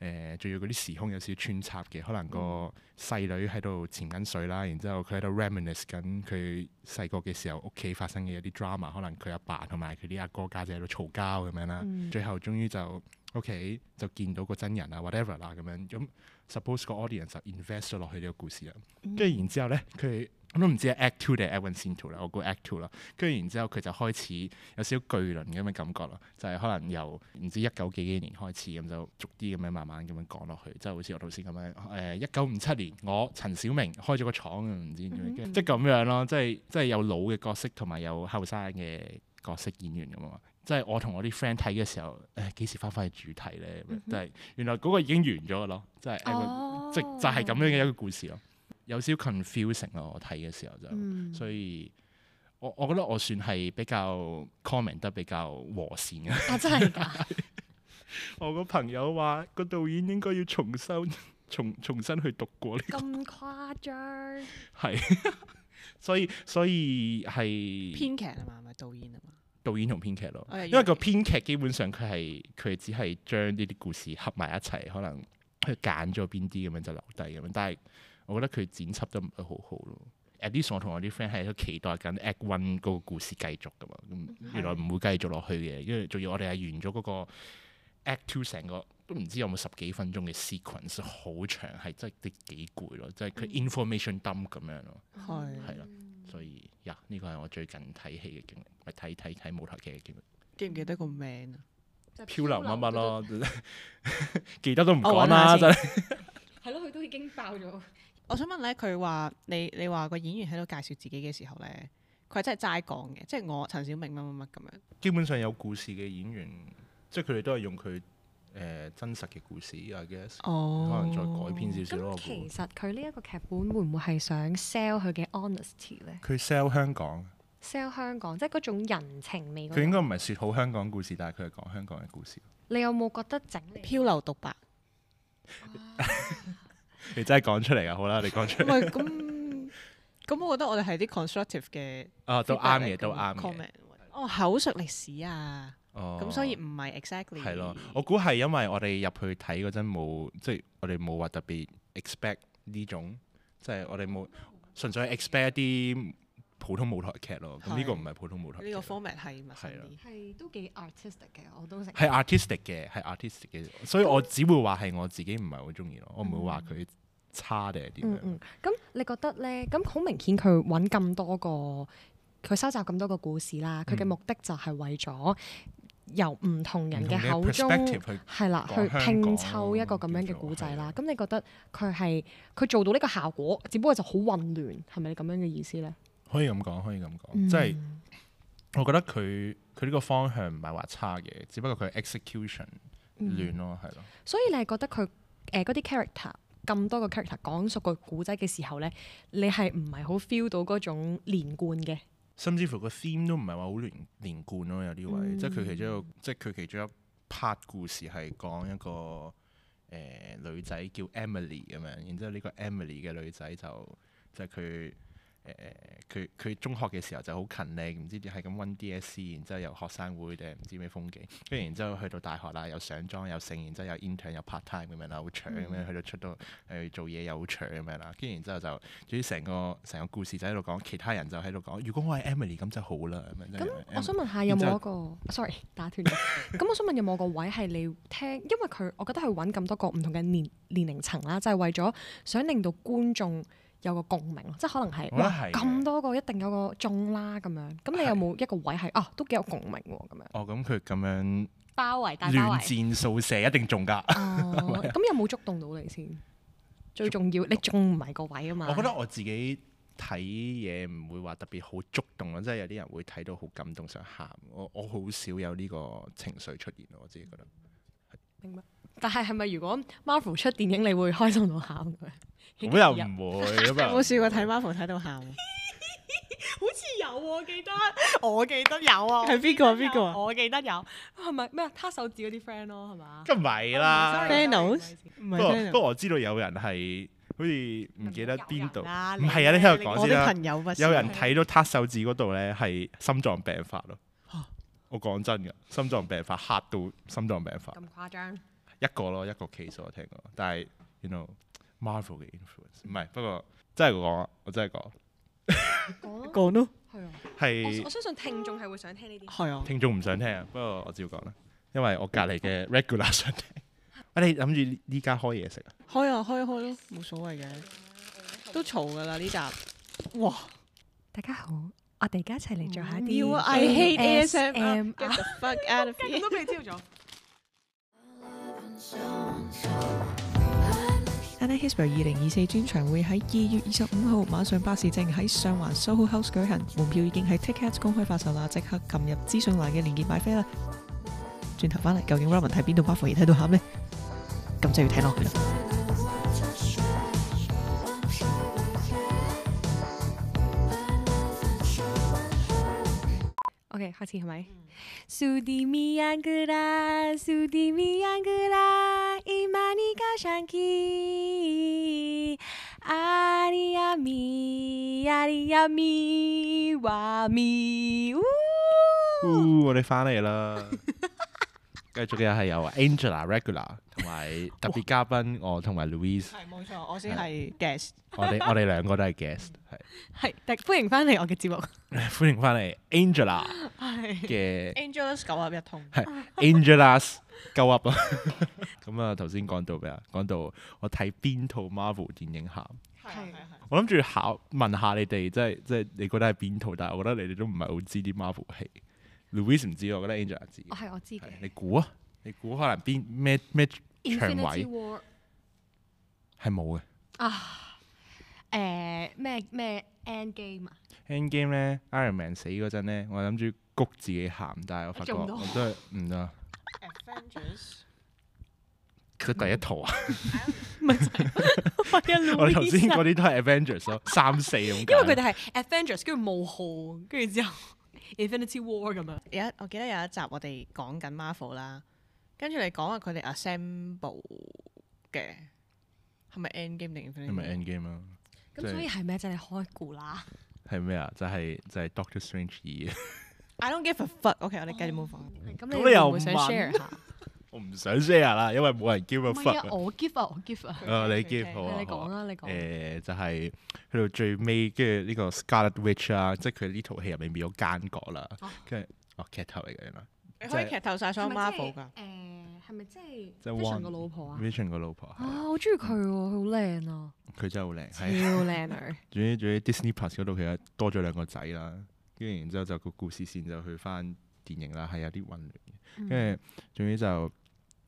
[SPEAKER 2] 呃仲、要嗰啲時空有少少穿插嘅，可能個細女喺度潛緊水啦，然之後佢喺度 reminisce 緊佢細個嘅時候屋企發生嘅一啲 drama，可能佢阿爸同埋佢啲阿哥家姐喺度嘈交咁樣啦，
[SPEAKER 1] 嗯
[SPEAKER 2] 最後終於就屋企就見到個真人啊 whatever 啦咁樣，咁 suppose 個 audience 就 invest 咗落去呢個故事啦，跟住然之後咧佢。我都唔知係 Act Two 定係 Act One 先 two 啦，我估 Act Two 啦。跟住然之後佢就開始有少少巨輪咁嘅感覺咯，就係、可能由唔知一九幾幾年開始咁就逐啲咁樣慢慢咁樣講落去，即係好似我頭先咁樣啊誒一九五七年我陳小明開咗個廠啊，唔知點樣，跟住即係咁樣咯，即係即係有老嘅角色同埋有後生嘅角色演員咁啊嘛。即係我同我啲 friend 睇嘅時候，誒幾時翻返去主題咧？咁樣即係原來嗰個已經完咗嘅咯，即係 Act One- 即
[SPEAKER 1] 哦
[SPEAKER 2] 就係啊咁樣嘅一個故事咯，有少少 confusing 咯。我睇嘅時候就，
[SPEAKER 1] 嗯
[SPEAKER 2] 所以我我我覺得我算係比較 comment 得比較和善嘅。 <laughs>
[SPEAKER 1] 啊，真係㗎！
[SPEAKER 2] 我個朋友話個導演應該要重修、重重新去讀過呢、個，
[SPEAKER 1] 咁誇張，
[SPEAKER 2] 係， <laughs> 所以所以係
[SPEAKER 3] 編劇啊嘛，唔係導演啊嘛。哎
[SPEAKER 2] 導演同編劇咯
[SPEAKER 3] 我又
[SPEAKER 2] 嗯
[SPEAKER 3] 以，為
[SPEAKER 2] 因為個編劇基本上佢係佢只係將呢啲故事合埋一齊，可能佢揀咗邊啲咁樣就留低咁樣，但係我覺得佢剪輯得唔係好好咯。at least 我同我啲 friend 係喺度期待緊 Act One 嗰個故事繼續噶嘛，咁原來唔會繼續落去嘅，因為仲要我哋係完咗嗰個 Act Two 成個都唔知有冇十幾分鐘嘅 sequence，好長，係真係幾攰咯，即係佢 information dump 咁樣咯，
[SPEAKER 3] 係
[SPEAKER 2] 係啦，所以呀，呢個係我最近睇戲嘅經歷，咪睇睇睇舞台劇嘅經歷。
[SPEAKER 3] 記唔記得個名啊？
[SPEAKER 2] 漂流乜乜，咯， <laughs> 記得都唔
[SPEAKER 3] 我
[SPEAKER 2] 講
[SPEAKER 3] 搵下
[SPEAKER 2] 啦，
[SPEAKER 3] 先
[SPEAKER 2] 真係
[SPEAKER 1] 係咯，佢都已經爆咗。
[SPEAKER 3] 我想問咧，佢話你你話個演員喺度介紹自己嘅時候咧，佢係真係齋講嘅，即係我陳小明乜乜乜咁樣。
[SPEAKER 2] 基本上有故事嘅演員，即係佢哋都係用佢誒、呃真實嘅故事，I guess，、
[SPEAKER 3] 哦
[SPEAKER 2] 可能再改編少少咯。我
[SPEAKER 1] 咁
[SPEAKER 2] 估
[SPEAKER 1] 其實佢呢一個劇本會唔會係想 sell 佢嘅 honesty 咧
[SPEAKER 2] 佢 sell 香港，
[SPEAKER 1] ？sell 香港，即係嗰種人情味嗰
[SPEAKER 2] 佢應該
[SPEAKER 1] 種。
[SPEAKER 2] 唔係説好香港故事，但係佢係講香港嘅故事。
[SPEAKER 1] 你有冇覺得整理？
[SPEAKER 3] 漂流獨白。
[SPEAKER 2] 你真係講出嚟啊！好啦，你講出
[SPEAKER 3] 唔
[SPEAKER 2] 嚟
[SPEAKER 3] 係咁， <laughs> 咁我覺得我哋係啲 constructive 嘅
[SPEAKER 2] 啊，都
[SPEAKER 3] feedback
[SPEAKER 2] 啱
[SPEAKER 3] 嚟
[SPEAKER 2] 嘅，
[SPEAKER 3] 㗎
[SPEAKER 2] 都
[SPEAKER 3] 嘛
[SPEAKER 2] 啱嘅。
[SPEAKER 3] comment。哦，口述歷史啊，
[SPEAKER 2] 哦
[SPEAKER 3] 咁所以唔係 exactly
[SPEAKER 2] 係咯，我估係因為我哋入去睇嗰陣冇，即係我哋冇話特別 expect 呢種，即係我哋冇純粹係 expect 一啲普通舞台劇咯。咁呢個
[SPEAKER 3] 係
[SPEAKER 2] 唔係普通舞台劇
[SPEAKER 3] 呢個 format 係陌生
[SPEAKER 2] 係啊
[SPEAKER 3] 啲。
[SPEAKER 1] 係都幾 artistic 嘅，我都成。
[SPEAKER 2] 係 artistic 嘅，係 artistic 嘅，所以我只會話係我自己唔係好中意咯，我唔會話佢差定係
[SPEAKER 1] 嗯
[SPEAKER 2] 點樣。
[SPEAKER 1] 嗯，咁你覺得咧？咁好明顯，佢揾咁多個，佢收集咁多個故事啦。佢嘅
[SPEAKER 2] 嗯
[SPEAKER 1] 目的就係為咗由唔同人
[SPEAKER 2] 唔同
[SPEAKER 1] 嘅
[SPEAKER 2] 嘅
[SPEAKER 1] 口中
[SPEAKER 2] perspective 去
[SPEAKER 1] 係啦，去
[SPEAKER 2] 講香
[SPEAKER 1] 拼
[SPEAKER 2] 港
[SPEAKER 1] 湊一個咁樣嘅
[SPEAKER 2] 叫做
[SPEAKER 1] 古仔啦
[SPEAKER 2] 係啊。
[SPEAKER 1] 咁你覺得佢係佢做到呢個效果，只不過就好混亂，係咪你咁樣嘅意思咧？
[SPEAKER 2] 可以咁講，可以咁講，即係
[SPEAKER 1] 嗯
[SPEAKER 2] 我覺得佢佢呢個方向唔係話差嘅，只不過佢 execution
[SPEAKER 1] 嗯
[SPEAKER 2] 亂咯，係咯。
[SPEAKER 1] 所以你係覺得佢誒嗰啲 character 咁多個 character 講述個古仔嘅時候咧，你係唔係好 feel 到嗰種連貫嘅？
[SPEAKER 2] 甚至乎個 theme 都唔係話好連連貫咯，有啲位，即係佢其中一個，即係佢其中一 part 故事係講一個誒、呃女仔叫 Emily 咁樣，然之後呢個 Emily 嘅女仔就就係佢誒佢佢中學嘅時候就好勤力，唔知點係咁温 DSE，然之後又學生會定係唔知咩風景，跟住然之後去到大學啦，又上莊又剩，然之後又 intern 又 part time 咁樣啦，好搶咁
[SPEAKER 1] 嗯
[SPEAKER 2] 樣去到出到去做嘢又好搶咁樣啦，跟住然之後就總之成個成個故事就喺度講，其他人就喺度講，如果我係 Emily 咁就好啦咁樣。
[SPEAKER 1] 咁
[SPEAKER 2] 即係
[SPEAKER 1] 我
[SPEAKER 2] Emily
[SPEAKER 1] 想問下有
[SPEAKER 2] 然
[SPEAKER 1] 冇
[SPEAKER 2] 之
[SPEAKER 1] 一個，sorry <laughs> 打
[SPEAKER 2] <laughs>
[SPEAKER 1] 斷咗。咁我想問有冇個位係你聽，因為佢我覺得佢揾咁多個唔同嘅年年齡層啦，就係、為咗想令到觀眾有個共鳴咯，即係可能係
[SPEAKER 2] 我覺得
[SPEAKER 1] 哇
[SPEAKER 2] 係嘅
[SPEAKER 1] 咁多個一定有個中啦咁樣。咁你有
[SPEAKER 2] 係
[SPEAKER 1] 冇一個位係啊都幾有共鳴喎咁樣？
[SPEAKER 2] 哦，咁佢咁樣
[SPEAKER 1] 包圍大包
[SPEAKER 2] 亂
[SPEAKER 1] 圍。
[SPEAKER 2] 戰掃射一定中㗎。 <laughs>
[SPEAKER 1] 哦，咁有冇觸動到你先？最重要，你仲唔係個位啊嘛？
[SPEAKER 2] 我覺得我自己睇嘢唔會話特別好觸動咯，即係有啲人會睇到好感動想喊，我我好少有呢個情緒出現咯，我自己覺得。
[SPEAKER 1] 但係係咪如果 Marvel 出電影，你會開心到喊咁樣？
[SPEAKER 2] 咁又唔會咁
[SPEAKER 3] <laughs> 有
[SPEAKER 2] 啊！
[SPEAKER 3] 冇試過睇 Marvel 睇到喊啊？
[SPEAKER 1] 好似有我記得，我記得有啊
[SPEAKER 3] 係邊個邊個啊
[SPEAKER 1] 我記得有，係咪咩啊？他手指嗰啲 friend 咯，係嘛
[SPEAKER 2] 咁唔係啦
[SPEAKER 1] Sorry，sorry，
[SPEAKER 3] Thanos？
[SPEAKER 1] 唔好意思
[SPEAKER 3] 哦唔
[SPEAKER 2] 不過
[SPEAKER 3] 係
[SPEAKER 2] 不過我知道有人係好似唔記得邊度，
[SPEAKER 1] 有人
[SPEAKER 2] 唔
[SPEAKER 1] 啦
[SPEAKER 2] 係啊！你聽我
[SPEAKER 3] 我
[SPEAKER 2] 講先
[SPEAKER 3] 啲
[SPEAKER 2] 啦。
[SPEAKER 3] 朋友啊，
[SPEAKER 2] 有人睇到撻手指嗰度咧係心臟病發咯
[SPEAKER 3] 嚇。
[SPEAKER 2] 我講真㗎，心臟病發嚇到心臟病發，
[SPEAKER 1] 咁誇張。
[SPEAKER 2] 一個咯，一個 case 我聽過。但係，you know Marvel 嘅 influence 唔係，不過真係講，我真係講
[SPEAKER 1] 講咯，
[SPEAKER 3] 講咯，
[SPEAKER 1] 係啊，我我
[SPEAKER 2] 係
[SPEAKER 1] 相信聽眾係會想聽呢啲。
[SPEAKER 3] 係啊，
[SPEAKER 2] 聽眾唔想聽啊。不過我照講啦，因為我隔離嘅 regular 想聽。喂，你諗住呢呢家開嘢食啊？
[SPEAKER 3] 開啊開啊開咯，冇所謂嘅，都嘈噶啦呢集。哇！
[SPEAKER 1] 大家好，我哋而家一齊嚟做下
[SPEAKER 3] 唔要啊！I hate ASMR。Get the fuck out <laughs> of here！
[SPEAKER 1] 都俾你知道咗。
[SPEAKER 3] a n a Hisper 二零二四專場會喺二月二十五號晚上八時正喺上環 SoHo House 舉行，門票已經喺 Tickets 公開發售啦，即刻撳入資訊欄嘅連結買飛啦。轉頭翻嚟，究竟 Robin 喺邊度 Marvel 而睇到喊呢？咁就要睇落去啦。
[SPEAKER 4] Thank you
[SPEAKER 1] OK，開始係咪？蘇迪米亞格拉，蘇迪米亞格拉，伊瑪尼加上基，阿里亞米，阿里亞米，哇咪，嗚哦
[SPEAKER 2] 呜我哋翻嚟啦，繼續嘅係有 Angela regular 同埋特別嘉賓我同埋 Louise，
[SPEAKER 3] 係冇錯，我先係 guest。
[SPEAKER 2] 我哋我哋兩個都係 guest，係
[SPEAKER 1] 係，但歡迎翻嚟我嘅節目。
[SPEAKER 2] 歡迎翻嚟 Angela
[SPEAKER 1] 係，
[SPEAKER 2] 嘅
[SPEAKER 3] Angelus 九啊一通，
[SPEAKER 2] 係 Angela's Go Up 啊！ <laughs> 咁啊，頭先講到咩啊？講到我睇邊套 Marvel 電影喊，
[SPEAKER 1] 係係
[SPEAKER 2] 我諗住考問下你哋，即係即係你覺得係邊套？但係我覺得你哋都唔係好知啲 Marvel 戲。Louis 唔知，我覺得 Angela 知。
[SPEAKER 1] 我係我知
[SPEAKER 2] 係
[SPEAKER 1] 嘅。
[SPEAKER 2] 你估啊？你估可能邊咩咩場
[SPEAKER 1] Infinity
[SPEAKER 2] 位
[SPEAKER 1] War
[SPEAKER 2] 係冇嘅
[SPEAKER 1] 啊，誒呃咩咩 End Game 啊，
[SPEAKER 2] ？End game 咧，Iron Man 死嗰陣咧，我諗住谷自己喊，但係我發覺
[SPEAKER 1] 做唔到
[SPEAKER 2] 我都嗯啊係唔得。
[SPEAKER 3] Avengers
[SPEAKER 2] 佢第
[SPEAKER 1] <laughs>
[SPEAKER 2] 一套啊，
[SPEAKER 3] <laughs>
[SPEAKER 1] 咪就係喂啊
[SPEAKER 2] <laughs> 我哋頭先
[SPEAKER 1] Louisa
[SPEAKER 2] 嗰啲都係 Avengers 咯，三四咁
[SPEAKER 1] 因
[SPEAKER 2] 解。
[SPEAKER 1] 為佢哋係 Avengers 跟住冒號，哦跟住之後 <laughs> Infinity War 咁樣。
[SPEAKER 3] 有一我記得有一集我哋講緊 Marvel 啦，跟住你講下佢哋 assemble 嘅係咪 End Game 定 Infinity？
[SPEAKER 2] 係咪
[SPEAKER 3] War？
[SPEAKER 2] End game 啊？即
[SPEAKER 1] 咁
[SPEAKER 2] 係
[SPEAKER 1] 所以係咩？真係開估啦。
[SPEAKER 2] 係咩啊？就係、就係、Doctor Strange 二， <laughs>
[SPEAKER 3] I don't give a fuck。OK，我哋繼續 move on。
[SPEAKER 1] 咁
[SPEAKER 2] 你
[SPEAKER 1] 你
[SPEAKER 2] 又
[SPEAKER 1] 又
[SPEAKER 2] 唔
[SPEAKER 1] 唔
[SPEAKER 2] 會
[SPEAKER 1] 會
[SPEAKER 2] 想
[SPEAKER 1] 想
[SPEAKER 2] share
[SPEAKER 1] share 下？
[SPEAKER 2] 我唔想 share 啦，因為冇人 give a
[SPEAKER 1] 唔係
[SPEAKER 2] fuck
[SPEAKER 1] 啊，
[SPEAKER 2] 啊。
[SPEAKER 1] 我 give 啊，我 give 啊。
[SPEAKER 2] 啊，你
[SPEAKER 3] OK，OK，
[SPEAKER 2] give 好啊，
[SPEAKER 1] 你講啦，你
[SPEAKER 2] 誒、
[SPEAKER 1] 講。
[SPEAKER 2] 就係去到最尾，跟住呢個 Scarlet Witch 啊，即係佢呢套戲入面變咗奸角啦
[SPEAKER 1] 哦，
[SPEAKER 2] 跟住哦劇透嚟嘅原來
[SPEAKER 3] 你可以劇透晒所有 Marvel 㗎
[SPEAKER 1] 誒。，係咪即係
[SPEAKER 2] 即係
[SPEAKER 1] Vision
[SPEAKER 2] Wanda
[SPEAKER 1] 個老婆啊？
[SPEAKER 2] ，Vision 個老婆係
[SPEAKER 1] 啊，
[SPEAKER 2] 啊
[SPEAKER 1] 我中意佢喎，佢好靚啊，
[SPEAKER 2] 佢真係好靚，
[SPEAKER 1] 超
[SPEAKER 2] 係啊
[SPEAKER 1] 靚啊！
[SPEAKER 2] 總之總之 Disney Plus 嗰度其實多咗兩個仔啦，跟住然之後就個故事線就去翻電影啦，係有啲混亂
[SPEAKER 1] 嗯
[SPEAKER 2] 嘅，跟住總之就。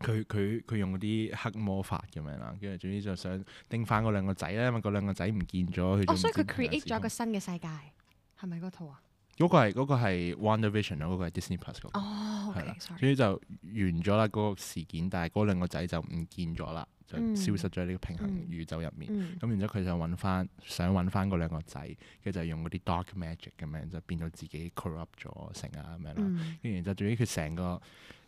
[SPEAKER 2] 佢佢佢用嗰啲黑魔法咁樣啦，跟住總之就想拎翻嗰兩個仔啦，因為嗰兩個仔唔見咗，佢
[SPEAKER 1] 哦，
[SPEAKER 2] 仲
[SPEAKER 1] 所以
[SPEAKER 2] 唔知
[SPEAKER 1] 佢
[SPEAKER 2] 點樣
[SPEAKER 1] create 咗一個
[SPEAKER 2] 先
[SPEAKER 1] 新嘅世界，係咪嗰套啊？
[SPEAKER 2] 嗰個係嗰個係 WandaVision 啊，嗰個係 Disney Plus 嗰個，
[SPEAKER 1] 哦
[SPEAKER 2] 係啦
[SPEAKER 1] ，OK，sorry。
[SPEAKER 2] 所以就完咗啦嗰個事件，但係嗰兩個仔就唔見咗啦，就
[SPEAKER 1] 嗯
[SPEAKER 2] 消失咗喺呢個平衡
[SPEAKER 1] 嗯
[SPEAKER 2] 宇宙入面。
[SPEAKER 1] 嗯
[SPEAKER 2] 咁然之後佢就揾翻，想揾翻嗰兩個仔，跟住就用嗰啲 dark magic 咁樣，就變到自己 corrupt 咗成啊咁樣啦。
[SPEAKER 1] 嗯
[SPEAKER 2] 跟住然之後，總之佢成個誒、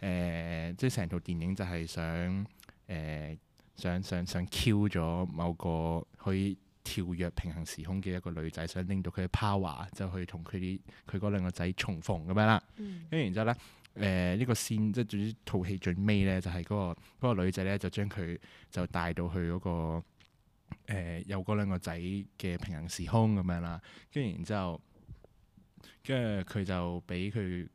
[SPEAKER 2] 呃即係成套電影就係想誒、呃想想想 Q 咗某個可以跳躍平衡時空嘅一個女仔，想拎到佢嘅 power，就去同佢啲佢嗰兩個仔重逢咁樣啦。
[SPEAKER 1] 嗯
[SPEAKER 2] 跟住然之後咧，誒、呢個線即係總之套戲最尾咧，就係、嗰、個嗰個女仔咧，就將佢就帶到去嗰、個、誒有嗰兩個仔嘅平行時空咁樣啦。跟住然之後，跟住佢就俾佢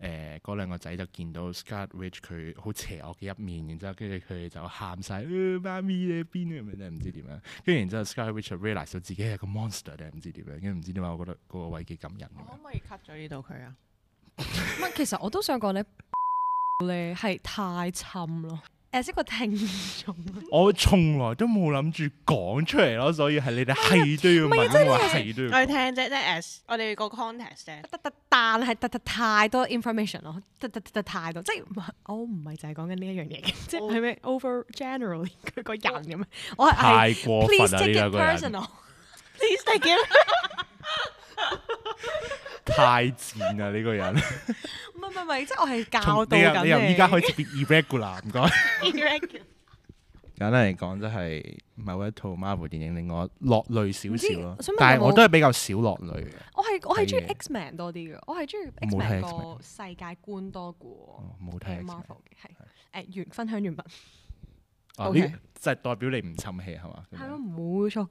[SPEAKER 2] 誒嗰兩個仔就見到 Scarlet Witch 佢好邪惡嘅一面，然之後跟住佢就喊晒：呃「媽咪你喺邊啊咁樣咧，唔知點樣。跟住然之後 Scarlet Witch 就 realise 到自己係個 monster 定係唔知點樣，跟住唔知點解我覺得嗰個位幾感人咁
[SPEAKER 3] 我可
[SPEAKER 2] 樣
[SPEAKER 3] 唔。可以 cut 咗呢度佢啊？
[SPEAKER 1] 唔係，其實我都想 <laughs> 講咧，咧係太沉咯。誒，一嗯個聽眾啊。
[SPEAKER 2] 我從來都冇諗住講出嚟咯，所以係你哋
[SPEAKER 1] 哎
[SPEAKER 2] 係都要
[SPEAKER 1] 啊
[SPEAKER 2] 問，我係都
[SPEAKER 3] 我
[SPEAKER 2] 要
[SPEAKER 3] 哋
[SPEAKER 2] 講。
[SPEAKER 3] 聽啫，即係 as 我哋個 context 啫。
[SPEAKER 1] 得得，但係得得太多 information 咯，得得得太多，即係唔係我唔係就係講緊呢一樣嘢
[SPEAKER 3] 哦
[SPEAKER 1] 嘅，即係係咩 over generally 佢個人咁樣，我哎係
[SPEAKER 2] 太過
[SPEAKER 1] please
[SPEAKER 2] 分啦！
[SPEAKER 1] take
[SPEAKER 2] 呢兩
[SPEAKER 1] it
[SPEAKER 2] 個人
[SPEAKER 1] personal，
[SPEAKER 3] Please take it。 <laughs>
[SPEAKER 2] 太賤啦！呢
[SPEAKER 1] <laughs>
[SPEAKER 2] 個人，
[SPEAKER 1] 唔係唔係
[SPEAKER 2] <laughs>
[SPEAKER 1] 唔係，即係我係教導
[SPEAKER 2] 你由
[SPEAKER 1] 緊
[SPEAKER 2] 你由依家開始變 irregular，唔該。
[SPEAKER 3] Irregular
[SPEAKER 2] 簡單嚟講，就係某一套 Marvel 電影令我落淚少少咯
[SPEAKER 1] 唔知我想問，
[SPEAKER 2] 但係
[SPEAKER 1] 有冇
[SPEAKER 2] 我都係比較少落淚嘅。
[SPEAKER 1] 我係我係中意
[SPEAKER 2] 睇嘢
[SPEAKER 1] Xman 多啲嘅，我係中意 Xman
[SPEAKER 2] 冇睇 X-Men
[SPEAKER 1] 個世界觀多過
[SPEAKER 2] 哦冇睇
[SPEAKER 1] 誒
[SPEAKER 2] X-Men
[SPEAKER 1] Marvel 嘅，係誒完分享完畢，
[SPEAKER 2] 哦，
[SPEAKER 3] OK
[SPEAKER 2] 呢就係代表你唔沉氣係嘛？咁樣
[SPEAKER 1] 係咯，冇錯，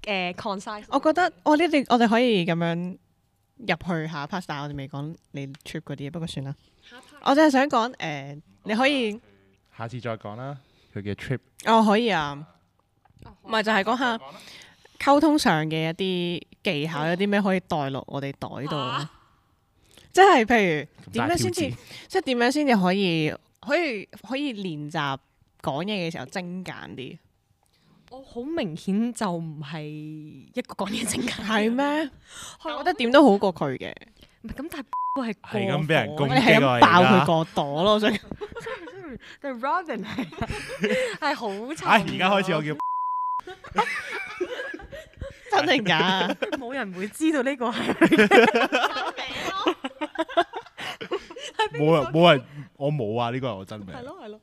[SPEAKER 1] 誒 concise，
[SPEAKER 3] 我覺得我呢哋我哋可以咁樣入去下 part，但係我哋未講你 trip 嗰啲嘢，不過算啦。我就係想講誒、呃你可以，
[SPEAKER 2] 下次再講啦。佢嘅 trip
[SPEAKER 3] 哦可以啊，咪就係講下溝通上嘅一啲技巧，有啲咩可以帶落我哋袋度咯。即係譬如點樣先至，即係點樣先至可以可以可以練習講嘢嘅時候精簡啲，
[SPEAKER 1] 我好明顯就唔係一個講嘢正解，
[SPEAKER 3] 係咩？
[SPEAKER 1] 我
[SPEAKER 3] 我覺
[SPEAKER 1] 覺
[SPEAKER 3] 得
[SPEAKER 1] 得
[SPEAKER 3] 點都好過佢嘅。
[SPEAKER 1] 啊唔係咁， <laughs> 但係都係
[SPEAKER 2] 係咁俾人
[SPEAKER 1] 過
[SPEAKER 2] 攻
[SPEAKER 1] 火
[SPEAKER 3] 我哋係
[SPEAKER 2] 擊啊
[SPEAKER 3] 咁
[SPEAKER 2] 而
[SPEAKER 3] 爆
[SPEAKER 2] 家
[SPEAKER 3] 佢個朵咯，所以
[SPEAKER 1] 但 Robin
[SPEAKER 2] <laughs>
[SPEAKER 1] 係係好
[SPEAKER 2] 唉，
[SPEAKER 1] 差。
[SPEAKER 2] 而家開始我叫
[SPEAKER 3] 真定假？
[SPEAKER 1] 冇人會知道呢個係
[SPEAKER 2] 冇人冇人，我冇啊！呢個係我真名。
[SPEAKER 1] 係咯係咯，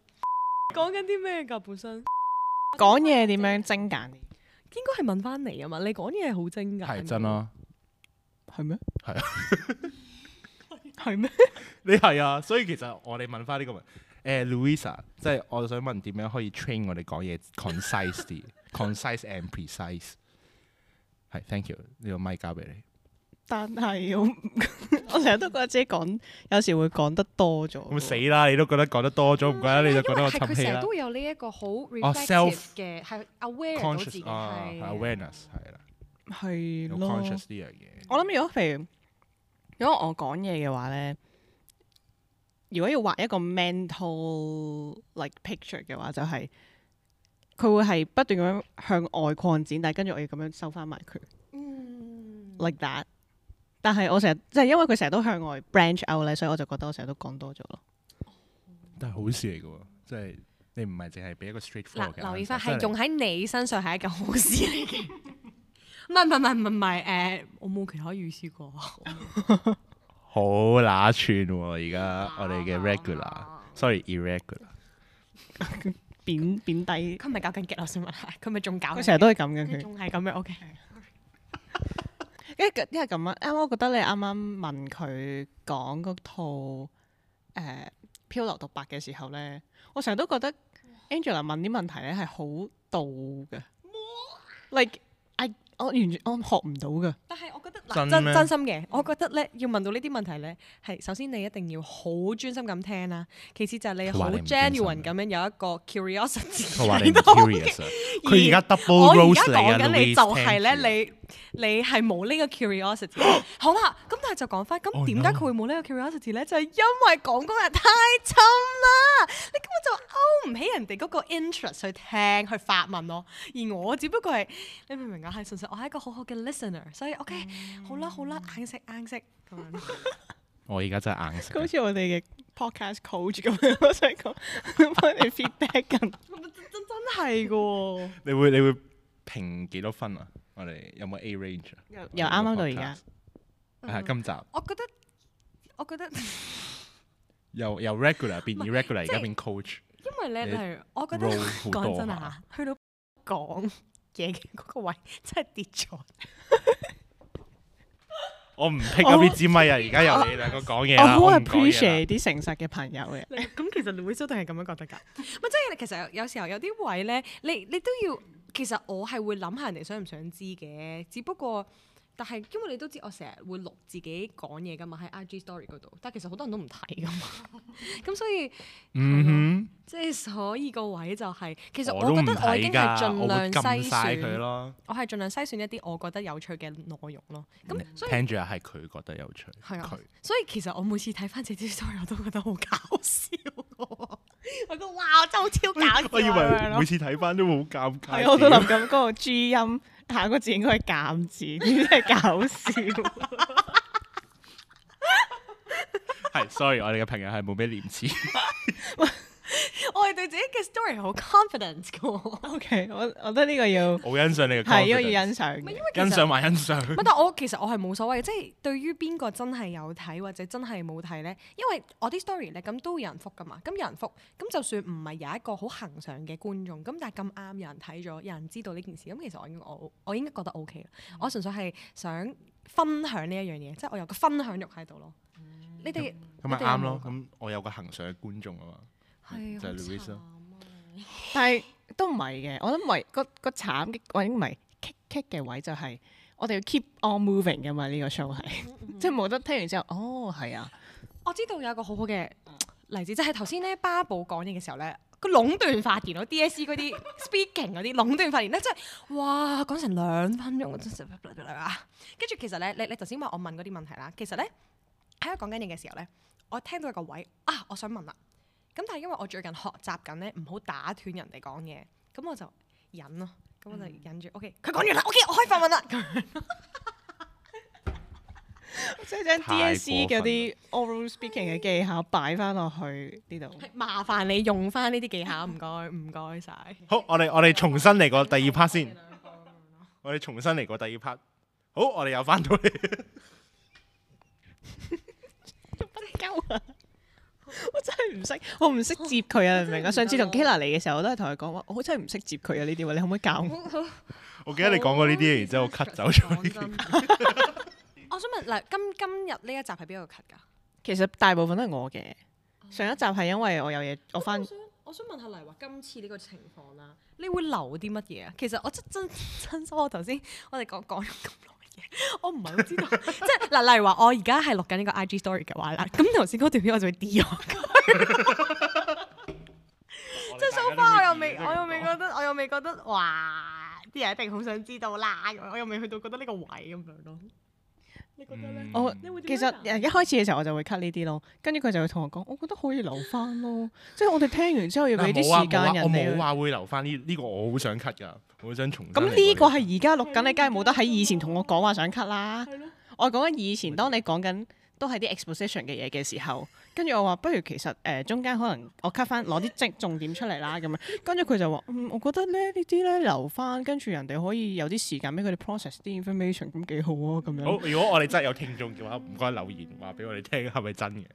[SPEAKER 1] 講緊啲咩㗎本身？應
[SPEAKER 3] 講嘢點樣精簡啲？
[SPEAKER 1] 該係問翻你啊嘛，你講嘢係好精㗎。
[SPEAKER 2] 係真。啦，
[SPEAKER 3] 係咩？
[SPEAKER 2] 係
[SPEAKER 3] 啊。 <laughs> 係咩？
[SPEAKER 2] 你係啊，所以其實我哋問翻呢個問，誒、Louisa，即係我想問點樣可以 train 我哋講嘢 concise
[SPEAKER 4] <laughs>
[SPEAKER 2] 啲，concise and precise。係，thank you，呢個咪交俾你。
[SPEAKER 3] 但係 <laughs> 我我成日都覺得自己講有時會講得多咗。
[SPEAKER 2] 咁死啦！你都覺得講得多咗，唔怪得你就覺得我
[SPEAKER 4] 因為係
[SPEAKER 2] 沉
[SPEAKER 4] 佢
[SPEAKER 2] 氣
[SPEAKER 4] 成
[SPEAKER 2] 啦哦
[SPEAKER 4] 日都。會有呢一個好
[SPEAKER 2] self-
[SPEAKER 4] reflective 嘅，係 aware 到自己
[SPEAKER 2] conscious 啊係
[SPEAKER 4] 係
[SPEAKER 2] ，awareness 係啦，
[SPEAKER 3] 係
[SPEAKER 2] 有
[SPEAKER 3] 咯。
[SPEAKER 2] conscious 呢樣嘢。
[SPEAKER 3] 我諗如果譬如如果我講嘢嘅話咧，如果要畫一個 mental like picture 嘅話，就係、佢會係不斷咁樣向外擴展，但係跟住我要咁樣收翻埋佢
[SPEAKER 4] 嗯，
[SPEAKER 3] like that。但係我成日即係因為佢成日都向外 branch out 咧，所以我就覺得我成日都講多咗咯。
[SPEAKER 2] 但係好事嚟嘅喎，即係你唔係淨係俾一個 straight forward
[SPEAKER 4] 嗱，
[SPEAKER 2] 嘅 answer，
[SPEAKER 4] 留意翻
[SPEAKER 2] 即係
[SPEAKER 4] 係用喺你身上係一件好事嚟嘅。唔係唔係唔係唔係唔係誒，我冇其他意思過。
[SPEAKER 2] 好乸串喎！而
[SPEAKER 1] 啊
[SPEAKER 2] 家我哋嘅 regular，sorry
[SPEAKER 1] <laughs>
[SPEAKER 2] irregular，
[SPEAKER 3] 貶貶低，
[SPEAKER 4] 佢唔係搞緊 get 我想問下，佢咪仲搞緊 get？
[SPEAKER 3] 佢成日都係咁嘅
[SPEAKER 4] 佢
[SPEAKER 3] 佢。
[SPEAKER 4] 仲係咁樣 OK。
[SPEAKER 3] 因為因為咁啊，啱啱我覺得你啱啱問佢講嗰套誒、呃漂流獨白嘅時候咧，我成日都覺得 Angela 問啲問題咧係好到嘅，like I 我完全我學唔到嘅，
[SPEAKER 4] 但係我覺得嗱
[SPEAKER 2] 真
[SPEAKER 4] 真
[SPEAKER 2] 咩
[SPEAKER 1] 真
[SPEAKER 4] 真
[SPEAKER 1] 心
[SPEAKER 4] 心
[SPEAKER 1] 嘅，我覺得咧要問到呢啲問題咧，係首先你一定要好專心咁聽啦，其次就係你
[SPEAKER 2] 佢話
[SPEAKER 1] 好
[SPEAKER 2] 你唔專心
[SPEAKER 1] genuine 咁樣有一個 curiosity
[SPEAKER 2] 佢話你
[SPEAKER 1] 喺
[SPEAKER 2] 唔
[SPEAKER 1] 度
[SPEAKER 2] curious 啊，佢而家 double
[SPEAKER 1] 我而家
[SPEAKER 2] rose 你啊
[SPEAKER 1] 講緊你就係咧，
[SPEAKER 2] Louise，聽住啊
[SPEAKER 1] 你你係冇呢個
[SPEAKER 2] <gasps>
[SPEAKER 1] curiosity。好啦，咁但係就講翻，咁
[SPEAKER 2] Oh
[SPEAKER 1] 點解
[SPEAKER 2] no
[SPEAKER 1] 佢會冇呢個 curiosity 咧？就係因為廣工人太沉啦，你根本就勾唔起人哋嗰個 interest 去聽去發問咯。而我只不過係你明唔明啊？係純粹我係一個好好嘅 listener，所以 OK，好
[SPEAKER 2] 嗯
[SPEAKER 1] 啦好啦，硬食硬食咁樣
[SPEAKER 2] <laughs>
[SPEAKER 1] 咯。
[SPEAKER 2] 我而家真係硬食
[SPEAKER 3] 佢好
[SPEAKER 2] 啊。
[SPEAKER 3] 似我哋嘅 podcast coach 咁樣，我想
[SPEAKER 1] <laughs>
[SPEAKER 3] 講幫你 feedback 緊。
[SPEAKER 1] 真真真係嘅喎，
[SPEAKER 2] 你會你會評幾多分啊？我哋有冇 A range 啊？
[SPEAKER 3] 由啱啱到而家，
[SPEAKER 1] 嗯
[SPEAKER 2] 係啊今集
[SPEAKER 1] 我覺得我覺得。 <laughs>
[SPEAKER 2] 由由 regular 變 irregular，而
[SPEAKER 1] 即係
[SPEAKER 2] 家變 coach，
[SPEAKER 1] 因為
[SPEAKER 2] 你
[SPEAKER 1] 咧，例如我覺得
[SPEAKER 2] roll 好多
[SPEAKER 1] <laughs> 講真
[SPEAKER 2] 下
[SPEAKER 1] 啊，去到講嘢嘅嗰個位真係跌咗。
[SPEAKER 2] 我唔 pick up 呢支咪啊！而家由你兩個講嘢
[SPEAKER 3] 我
[SPEAKER 2] 啦，
[SPEAKER 3] 好
[SPEAKER 2] 我唔講嘢啦
[SPEAKER 3] appreciate 啲誠實嘅朋友嘅，
[SPEAKER 1] 咁其實 Louis 都係咁樣覺得㗎。咪即係其實有有時候有啲位咧，你你都要其實我係會諗下人哋想唔想知嘅，只不過。但係因為你都知我成日會錄自己講嘢㗎嘛，喺 IG Story 嗰度，但係其實好多人都唔睇㗎嘛，
[SPEAKER 2] <laughs>
[SPEAKER 1] 咁所以
[SPEAKER 2] 嗯
[SPEAKER 1] 即係所以個位就係、其實
[SPEAKER 2] 哼，
[SPEAKER 1] 我
[SPEAKER 2] 都唔
[SPEAKER 1] 覺得我已
[SPEAKER 2] 睇
[SPEAKER 1] 經係
[SPEAKER 2] 㗎，
[SPEAKER 1] 盡
[SPEAKER 2] 我會
[SPEAKER 1] 量
[SPEAKER 2] 撳
[SPEAKER 1] 篩
[SPEAKER 2] 晒佢
[SPEAKER 1] 選，
[SPEAKER 2] 咯。
[SPEAKER 1] 我係盡量篩選一啲我覺得有趣嘅內容咯。咁所以
[SPEAKER 2] 聽住啊，係佢覺得有趣，
[SPEAKER 1] 係啊
[SPEAKER 2] 佢，
[SPEAKER 1] 所以其實我每次睇翻自己啲 story 我都覺得好搞笑 <laughs> 喎，我覺得哇，我真係好超搞笑啊
[SPEAKER 2] 我以
[SPEAKER 1] 咁樣
[SPEAKER 2] 為
[SPEAKER 1] 咯
[SPEAKER 2] 每次睇翻都會好尷
[SPEAKER 3] 係
[SPEAKER 2] 尬。
[SPEAKER 3] 啊我都諗緊嗰個 G 音下個字應該係減字， <laughs> 真係搞笑。 <laughs>
[SPEAKER 2] 係，sorry，我哋嘅朋友係冇咩廉恥。
[SPEAKER 1] 我係對自己嘅 story 好 confident 嘅
[SPEAKER 2] <laughs>
[SPEAKER 1] 喎。
[SPEAKER 3] O K，我我覺得呢個要
[SPEAKER 2] <laughs> 好欣賞你嘅 confidence，
[SPEAKER 3] 係因為要欣賞嘅，
[SPEAKER 2] 欣賞埋欣賞。
[SPEAKER 1] 乜但我其實我係冇所謂嘅，即係對於邊個真係有睇或者真係冇睇咧，因為我啲 story 咧咁都會有人覆噶嘛，咁有人覆，咁就算唔係有一個好恒常嘅觀眾，咁但係咁啱有人睇咗，有人知道呢件事，咁其實我應該我我應該覺得 O K 啦，我純粹係想分享呢一樣嘢，即係我有個分享欲喺度咯。你哋
[SPEAKER 2] 咁咪啱咯，咁我有個恒常嘅觀眾啊嘛，
[SPEAKER 1] 係
[SPEAKER 2] 就係
[SPEAKER 1] 好
[SPEAKER 2] Louis 咯
[SPEAKER 3] 但係都唔係嘅。我諗為個個慘嘅位唔係棘棘嘅位就係我哋要 keep on moving 噶嘛。呢個 show 係
[SPEAKER 1] 嗯
[SPEAKER 3] 即係冇得聽完之後，哦係啊，
[SPEAKER 1] 我知道有一個好好嘅例子，就係頭先咧巴寶講嘢嘅時候咧，個壟斷發言咯，DSE 嗰啲 <laughs> speaking 嗰啲壟斷發言咧，真係哇講成兩分鐘，我真係跟住其實咧，你你頭先話我問嗰啲問題啦，其實咧喺度講緊嘢嘅時候咧，我聽到一個位啊，我想問啦。咁但係因為我最近學習緊咧，唔好打斷人哋講嘢，咁我就忍咯，咁我就忍住。OK，佢講完啦，OK，我開飯問啦。咁
[SPEAKER 3] 即係將
[SPEAKER 2] 太
[SPEAKER 3] D S E
[SPEAKER 2] 過分
[SPEAKER 3] 嗰
[SPEAKER 2] 啦
[SPEAKER 3] 啲 oral speaking 嘅技巧擺翻落去呢度。
[SPEAKER 1] 麻煩你用翻呢啲技巧，唔 <laughs> 該，唔該晒。
[SPEAKER 2] 好，我哋我哋重新嚟過第二 part 先，我哋重新嚟過第二 part。好，我哋又翻到嚟。
[SPEAKER 3] 鳩啊！ <laughs> 我真係唔識，我唔識接佢啊！明唔明啊？上次同 Kila 嚟嘅時候，我都係同佢講話，我真係唔識接佢啊！呢啲位你可唔可以教
[SPEAKER 2] <laughs>
[SPEAKER 3] 我？
[SPEAKER 1] 啊
[SPEAKER 2] 我記得你講過呢啲嘢，然之後我 cut 走咗呢啲。
[SPEAKER 1] 啲。 <laughs> 我想問嗱，今今日呢一集係邊個 cut 㗎？
[SPEAKER 3] 其實大部分都係我嘅。上一集係因為我有嘢，我翻
[SPEAKER 1] 我想我想問下黎話今次呢個情況啦，你會留啲乜嘢啊？其實我真真真心，我頭先我哋講講咗咁耐嘢，我唔係好知 <laughs> 道。即係嗱，例如話我而家係錄緊呢個 IG story 嘅話啦，咁頭先嗰段片我就會 D 咗。即係 so far 我又未，我又未覺得，我又未覺得，哇！啲人一定好想知道啦，咁樣我又未去到覺得呢個位咁樣咯。你覺得咧？
[SPEAKER 2] 嗯
[SPEAKER 3] 我
[SPEAKER 2] 你
[SPEAKER 1] 會點
[SPEAKER 3] 其
[SPEAKER 1] 樣
[SPEAKER 3] 實呃
[SPEAKER 1] 搞
[SPEAKER 3] 誒一開始嘅時候我就會 cut 呢啲咯，跟住佢就會同我講，我覺得可以留翻咯，即係我哋聽完之後要俾啲
[SPEAKER 2] 冇啊
[SPEAKER 3] 時
[SPEAKER 2] 冇
[SPEAKER 3] 間
[SPEAKER 2] 啊
[SPEAKER 3] 人
[SPEAKER 2] 我冇
[SPEAKER 3] 哋。
[SPEAKER 2] 話會留翻呢呢個，我好想 cut 㗎，我好想重新嚟
[SPEAKER 3] 咁
[SPEAKER 2] 過。
[SPEAKER 3] 呢個係而家錄緊，你梗係冇得喺以前同我講話想 cut 啦。我講緊以前，當你講緊都係啲 exposition 嘅嘢嘅時候，跟住我話不如其實誒、呃中間可能我 cut 翻攞啲即重點出嚟啦咁樣，跟住佢就話嗯，我覺得咧呢啲咧留翻，跟住人哋可以有啲時間俾佢哋 process 啲 information，咁幾好啊咁樣。
[SPEAKER 2] 好，如果我哋真係有聽眾嘅話，唔該留言話俾我哋聽係咪真嘅。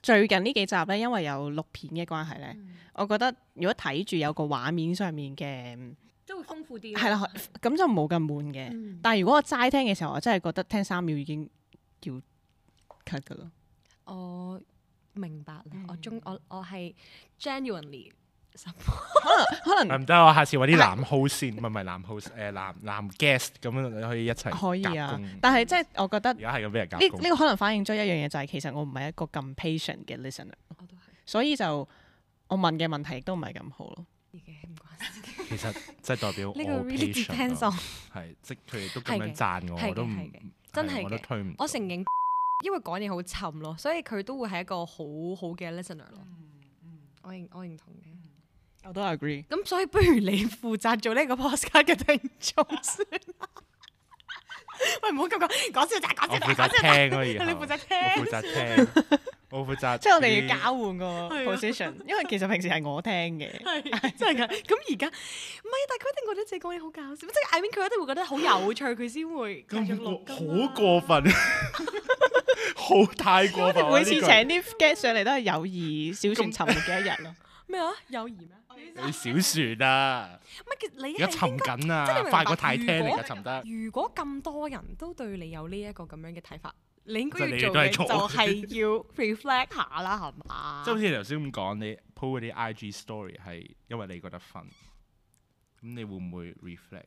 [SPEAKER 3] 最近呢幾集咧，因為有錄片嘅關係咧，我覺得如果睇住有個畫面上面嘅，
[SPEAKER 1] 都會豐富啲。
[SPEAKER 3] 係啦，咁就冇咁悶嘅。
[SPEAKER 1] 嗯
[SPEAKER 3] 但係如果我齋聽嘅時候，我真係覺得聽三秒已經要 cut 噶啦。
[SPEAKER 1] 我哦明白啦，我中我我係 genuinely
[SPEAKER 3] 可
[SPEAKER 1] <laughs>
[SPEAKER 2] 啊
[SPEAKER 3] 能
[SPEAKER 2] 唔得，我下次揾啲男 host 先，唔係唔係男 host，誒男男 guest 咁樣可以一齊
[SPEAKER 3] 可以
[SPEAKER 2] 夾
[SPEAKER 3] 啊
[SPEAKER 2] 攻，
[SPEAKER 3] 但係即係我覺得
[SPEAKER 2] 而家係咁俾人
[SPEAKER 3] 呢
[SPEAKER 2] 夾攻
[SPEAKER 3] 呢。個可能反映咗一樣嘢，就係其實我唔係一個咁 patient 嘅 listener，
[SPEAKER 1] 我都係
[SPEAKER 3] 所以就我問嘅問題亦都唔係咁好咯。
[SPEAKER 1] 嘅，唔關事。
[SPEAKER 2] 其實即係代
[SPEAKER 1] <laughs>
[SPEAKER 2] 表
[SPEAKER 1] 呢個
[SPEAKER 2] 我
[SPEAKER 1] really
[SPEAKER 2] patient
[SPEAKER 1] depends
[SPEAKER 2] 咯
[SPEAKER 1] on，
[SPEAKER 2] 係即係佢哋都咁
[SPEAKER 1] 係
[SPEAKER 2] 樣
[SPEAKER 1] 嘅
[SPEAKER 2] 讚我，
[SPEAKER 1] 係
[SPEAKER 2] 哦我都
[SPEAKER 1] 嘅
[SPEAKER 2] 唔
[SPEAKER 1] 係嘅真
[SPEAKER 2] 係
[SPEAKER 1] 係
[SPEAKER 2] 我都
[SPEAKER 1] 嘅。
[SPEAKER 2] 推唔到。
[SPEAKER 1] 我承認，因為講嘢好沉咯，所以佢都會係一個好好嘅 listener 咯。
[SPEAKER 2] 嗯
[SPEAKER 1] 我認我認同嘅。
[SPEAKER 3] 我都 agree。
[SPEAKER 1] 咁所以不如你負責做呢個 podcast 嘅聽眾算啦。 <laughs> 喂，唔好咁講，講笑咋，講笑
[SPEAKER 2] 我
[SPEAKER 1] 咋，
[SPEAKER 2] 負
[SPEAKER 1] 講
[SPEAKER 2] 責
[SPEAKER 1] 笑
[SPEAKER 2] 聽
[SPEAKER 1] 咋。
[SPEAKER 2] 咯，以後
[SPEAKER 1] 你負責
[SPEAKER 2] 我
[SPEAKER 1] 聽
[SPEAKER 2] 負責聽，
[SPEAKER 1] <laughs>
[SPEAKER 2] 我負責。
[SPEAKER 3] 即係我哋要交換個
[SPEAKER 1] 係啊
[SPEAKER 3] position，因為其實平時係我聽嘅。
[SPEAKER 1] 係啊真係㗎，咁而家唔係，但係佢一定覺得自己講嘢好搞笑，即係 I mean 佢一定會覺得好有趣，佢先會繼續錄㗎嘛
[SPEAKER 2] 咁好過分， <laughs> 好太過
[SPEAKER 1] <laughs>
[SPEAKER 2] 分。
[SPEAKER 3] 每次請
[SPEAKER 2] 呢
[SPEAKER 3] 啲 guest 上嚟都係友誼小
[SPEAKER 2] <laughs>
[SPEAKER 3] 船沉沒嘅一日咯。
[SPEAKER 1] 咩啊？友誼咩？
[SPEAKER 2] 句你小船啊，
[SPEAKER 1] 乜嘅？你
[SPEAKER 2] 而家
[SPEAKER 1] 係
[SPEAKER 2] 沉
[SPEAKER 1] 應
[SPEAKER 2] 緊
[SPEAKER 1] <laughs> 即係你
[SPEAKER 2] 啊
[SPEAKER 1] 明，白
[SPEAKER 2] 快過泰聽嚟
[SPEAKER 1] 如
[SPEAKER 2] 㗎
[SPEAKER 1] 果
[SPEAKER 2] 沉得
[SPEAKER 1] 該。如果咁多人都對你有呢一個咁樣嘅睇法，你應該
[SPEAKER 2] 即係你
[SPEAKER 1] 要
[SPEAKER 2] 都
[SPEAKER 1] 做
[SPEAKER 2] 係
[SPEAKER 1] 嘅
[SPEAKER 2] 錯
[SPEAKER 1] 就係要
[SPEAKER 2] <laughs>
[SPEAKER 1] reflect 下啦，係嘛
[SPEAKER 2] 即係？好似你頭先咁講，你 po 嗰啲 IG story 係因為你覺得 fun，咁你會唔會 reflect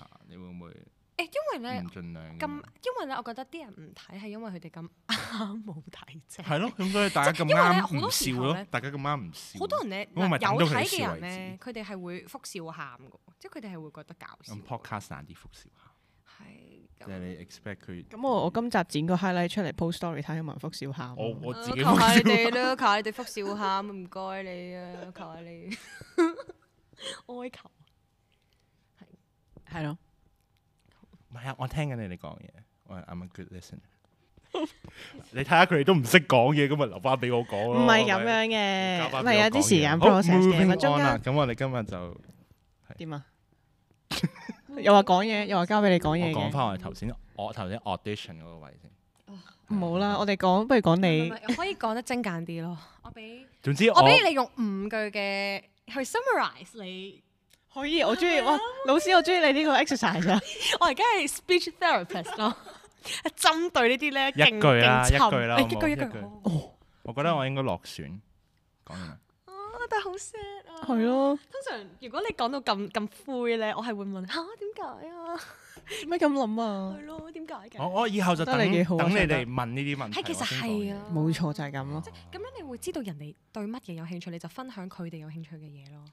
[SPEAKER 2] 嚇、你會唔會唔
[SPEAKER 1] 誒，因為咧
[SPEAKER 2] 盡量
[SPEAKER 1] 咁，
[SPEAKER 2] 樣
[SPEAKER 1] 因為咧，我覺得啲人唔睇係因為佢哋咁
[SPEAKER 2] 嗯
[SPEAKER 1] 啱冇睇啫。
[SPEAKER 2] 係
[SPEAKER 3] <laughs>
[SPEAKER 2] 咯？咁所以大家
[SPEAKER 1] 因
[SPEAKER 2] 咁
[SPEAKER 1] 為呢好
[SPEAKER 2] 啱唔
[SPEAKER 1] 多時
[SPEAKER 2] 笑
[SPEAKER 1] 候
[SPEAKER 2] 咯
[SPEAKER 1] 呢，
[SPEAKER 2] 大家咁啱唔笑。
[SPEAKER 1] 好多人咧，
[SPEAKER 2] 咁我咪
[SPEAKER 1] 嗱
[SPEAKER 2] 等
[SPEAKER 1] 有
[SPEAKER 2] 到佢哋
[SPEAKER 1] 睇嘅
[SPEAKER 2] 笑
[SPEAKER 1] 人
[SPEAKER 2] 為
[SPEAKER 1] 咧，佢哋係會腹笑喊嘅，即係佢哋係會覺得搞笑
[SPEAKER 2] 咁
[SPEAKER 1] 嘅。
[SPEAKER 2] podcast 難啲復笑下，
[SPEAKER 1] 係
[SPEAKER 2] 即係你 expect 佢。
[SPEAKER 3] 咁我我今集剪個 highlight 出嚟 post story 睇下有冇人覆笑喊。
[SPEAKER 2] 我我自己
[SPEAKER 1] 求
[SPEAKER 2] 復
[SPEAKER 1] 下啊你
[SPEAKER 2] 笑
[SPEAKER 1] 哋啦，求下你哋腹笑喊，唔該你啊，求下你，哀求。
[SPEAKER 3] 係咯，
[SPEAKER 2] 唔係啊，我聽緊你哋講嘢，我係 I'm a good listener。你睇下佢哋都唔識講嘢，咁咪留翻俾我講
[SPEAKER 3] 唔
[SPEAKER 2] 咯。
[SPEAKER 3] 係咁樣
[SPEAKER 2] 交
[SPEAKER 3] 嘅，
[SPEAKER 2] 返
[SPEAKER 3] 唔
[SPEAKER 2] 俾
[SPEAKER 3] 係
[SPEAKER 2] 我
[SPEAKER 3] 有
[SPEAKER 2] 講
[SPEAKER 3] 啲時間
[SPEAKER 2] 嘢好
[SPEAKER 3] process 嘅，咪
[SPEAKER 2] moving
[SPEAKER 3] 中
[SPEAKER 2] on 啦
[SPEAKER 3] 間
[SPEAKER 2] 咁我哋今日就。
[SPEAKER 3] 點啊？又話講嘢，又話交俾你講
[SPEAKER 2] 我
[SPEAKER 3] 嘢
[SPEAKER 2] 講
[SPEAKER 3] 嘅。
[SPEAKER 2] 翻我哋頭先，我頭先 audition 嗰個位先。
[SPEAKER 3] 冇啦，我哋講，不如講你
[SPEAKER 1] 唔。係可以講得精簡啲咯。我俾
[SPEAKER 2] 總之
[SPEAKER 1] 我俾你用五句嘅去 summarize 你。
[SPEAKER 3] 可以，我中意哇，老師，我中意你呢個 exercise 啊。
[SPEAKER 1] 我而家係 speech therapist 咯， <laughs> 針對呢啲咧勁
[SPEAKER 2] 一句啦，
[SPEAKER 1] 勁
[SPEAKER 2] 一
[SPEAKER 1] 沉
[SPEAKER 2] 句啦，
[SPEAKER 1] 哎
[SPEAKER 2] 好
[SPEAKER 1] 一句
[SPEAKER 2] 冇
[SPEAKER 1] 一
[SPEAKER 2] 一
[SPEAKER 1] 句
[SPEAKER 2] 句。哦
[SPEAKER 1] 好
[SPEAKER 2] 我覺得我應該落選。講完啦，
[SPEAKER 1] 啊，但係好 sad 啊。
[SPEAKER 3] 係。咯，
[SPEAKER 1] 通常如果你講到咁咁灰咧，我係會問吓點解 <laughs> 啊？
[SPEAKER 3] 咩咁諗啊
[SPEAKER 1] 係？咯，點解
[SPEAKER 2] 我
[SPEAKER 1] 嘅？
[SPEAKER 2] 我以後就等
[SPEAKER 3] 覺得你幾好啊
[SPEAKER 2] 等你
[SPEAKER 3] 上得
[SPEAKER 2] 哋問呢啲問題。
[SPEAKER 1] 係其實
[SPEAKER 2] 我先講
[SPEAKER 1] 係
[SPEAKER 2] 嘢
[SPEAKER 1] 啊，
[SPEAKER 3] 冇錯就係咁咯。
[SPEAKER 1] 咁樣你會知道人哋對乜嘢有興趣，你就分享佢哋有興趣嘅嘢咯。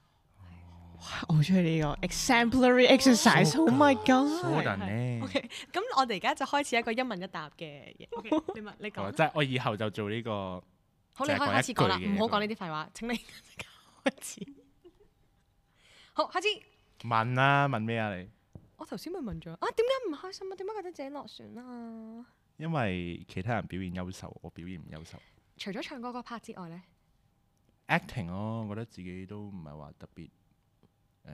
[SPEAKER 3] 我好中意呢個 exemplary exercise。Oh my
[SPEAKER 2] So
[SPEAKER 3] god！
[SPEAKER 2] then
[SPEAKER 1] 啊
[SPEAKER 2] 呢
[SPEAKER 1] OK，咁我哋而家就開始一個一問一答嘅嘢。OK，你問你
[SPEAKER 2] 啊我
[SPEAKER 1] 講
[SPEAKER 2] 即。係我以後就做呢個。
[SPEAKER 1] 好，你可以
[SPEAKER 2] 就係講
[SPEAKER 1] 開始講啦，
[SPEAKER 2] 一句嘅
[SPEAKER 1] 唔好講呢啲廢話。請你 <laughs> 開始。好，開始。
[SPEAKER 2] 問啦，問咩啊你？
[SPEAKER 1] 我頭先咪問咗啊，點解唔開心啊？點解覺得自己落選啊？
[SPEAKER 2] 因為其他人表現優秀，我表現唔優秀。
[SPEAKER 1] 除咗唱歌嗰 part 之外咧，
[SPEAKER 2] acting 咯，我覺得自己都唔係話特別誒